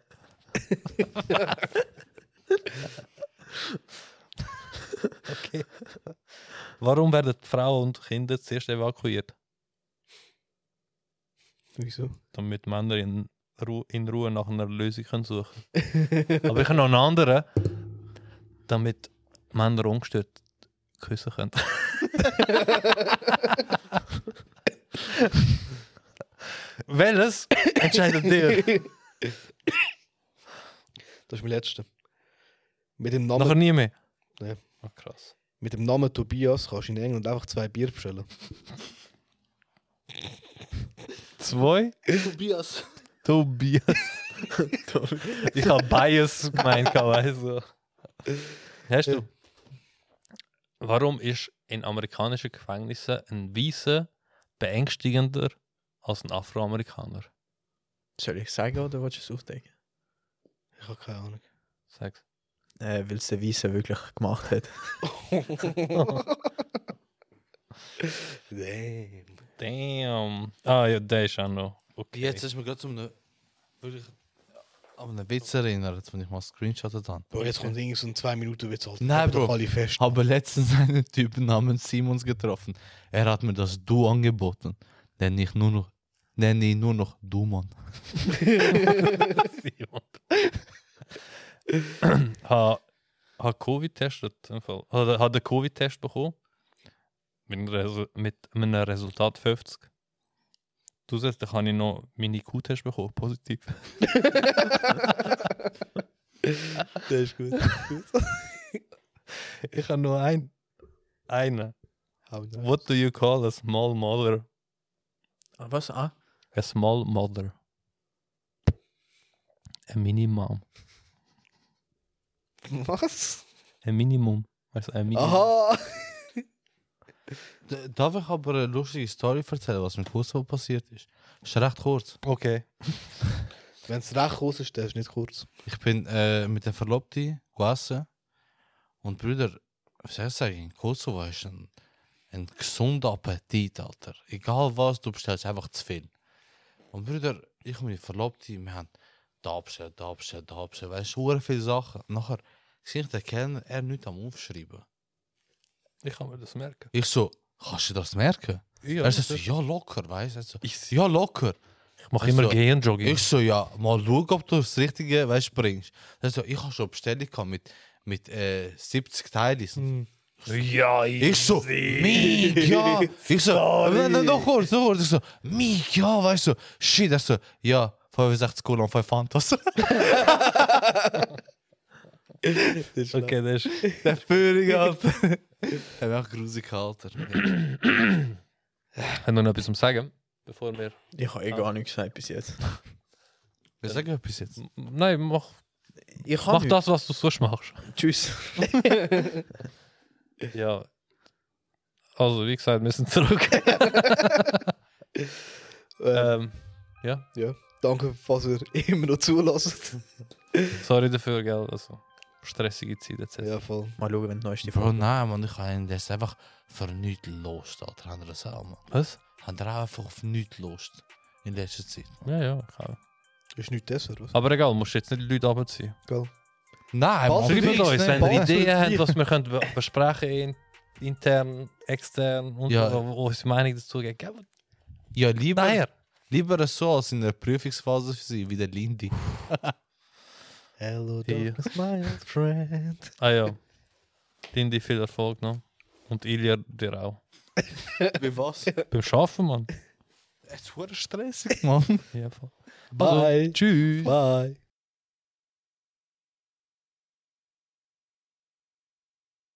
okay. Warum werden Frauen und Kinder zuerst evakuiert? Wieso? Damit Männer in, Ru in Ruhe nach einer Lösung können suchen Aber ich habe noch einen anderen, damit Männer ungestört küssen können. Welches entscheidet dir? Das ist mein letzter. Mit dem Namen, Nachher nie mehr? Nein. Ah, krass. mit dem Namen Tobias kannst du in England einfach zwei Bier bestellen. Zwei? Tobias. Tobias. ich habe Bias gemeint, also. Hast du? Warum ist in amerikanischen Gefängnissen ein Weißer beängstigender als ein Afroamerikaner? Soll ich sagen oder willst du es aufdecken? Ich habe keine Ahnung. Sag's. Äh, Weil es der Weisse wirklich gemacht hat. Damn. Damn. Ah ja, der ist auch noch. Okay. Jetzt ist mir gerade zu einem, wirklich, an einen Witz erinnert, wenn ich mal screenshotet habe. Bro, jetzt kommt irgend so ein 2 Minuten Witz halt. Nein, Bro. Alle fest. habe letztens einen Typen namens Simons getroffen. Er hat mir das Du angeboten. Nenne ich nur noch, nenne ihn nur noch Du, Mann. Simon. ha, ha Covid testet im Fall. Oder hat den Covid Test bekommen mit, einem Resu mit einem Resultat 50. Zusätzlich habe ich noch meine Q-Test bekommen, positiv. Der ist gut. Ich habe nur einen. Einen. Hau rein. What do you call a small mother? Ah, Was? Ah, A small mother. A minimum. Was? A minimum. Also a minimum. Aha! D darf ich aber eine lustige Story erzählen, was mit Kosovo passiert ist? Ist recht kurz. Okay. Wenn es recht groß ist, der ist nicht kurz. Ich bin äh, mit der Verlobten gegessen. Und Brüder, was soll ich sagen, in Kosovo hast du einen, einen gesunden Appetit, Alter. Egal was, du bestellst einfach zu viel. Und Brüder, ich und meine Verlobte, wir haben da bestellt, da bestellt, da bestellt. Weißt du, sehr viele Sachen. Und nachher sehe ich den Kellner, er nichts am Aufschreiben. Ich kann mir das merken. Ich so, kannst du das merken? Ja, er so, ja, locker, weißt du? Er so, Ich- Ja, locker. ich mache immer Also, Gehirnjogging. Ich so, ja, mal schauen, ob du das Richtige weißt, bringst. Er so, ich habe schon Bestellung gehabt mit, mit äh, 70 Teilen. ja, Hm. Ich so, Mig, ja. Ich so, nein, nein, noch kurz, noch kurz. Ich so, Mig, ja, weißt du. Shit, er so, ja, 65 Cola und 5 Fantas. Okay, das ist. Der Führing, Alter. Er macht grusig, Alter. Haben wir noch etwas zu sagen? Bevor wir. Ich habe eh gar nichts gesagt bis jetzt. Wir sagen etwas jetzt. M- Nein, mach, Ich mach das. das, was du sonst machst. Tschüss. Ja. Also, wie gesagt, wir sind zurück. Äh, ähm, danke, falls ihr immer noch zulässt. sorry dafür, gell? Also, stressige Zeit etc. ja, voll. Mal schauen, wenn die neueste Bro, Folge nein, Mann, ich habe ihn, der ist einfach für nichts los, Alter. Hat er das auch, Mann. Was? Hat er auch einfach auf nichts los in letzter Zeit. Mann. Ja, ja. Klar. Ist nicht besser, was? Aber egal, musst jetzt nicht die Leute runterziehen. Nein, Bald Mann, für Schreibt fix, ne? dich, uns, wenn nein, Bald ihr Bald für Ideen habt, dich. was wir können be- besprechen in- intern, extern und Ja. wo, wo unsere Meinung dazu geht. Gell? Ja, lieber, Daher. lieber so als in der Prüfungsphase für sie, wie der Lindy. Hello, Ja. darkness, my old friend. Ah ja. Lindy, viel Erfolg noch. Und Ilja dir auch. Wie was? Beim Schaffen, Mann. Es ist stressig, Mann. Ja, voll. Bye. Tschüss. Bye.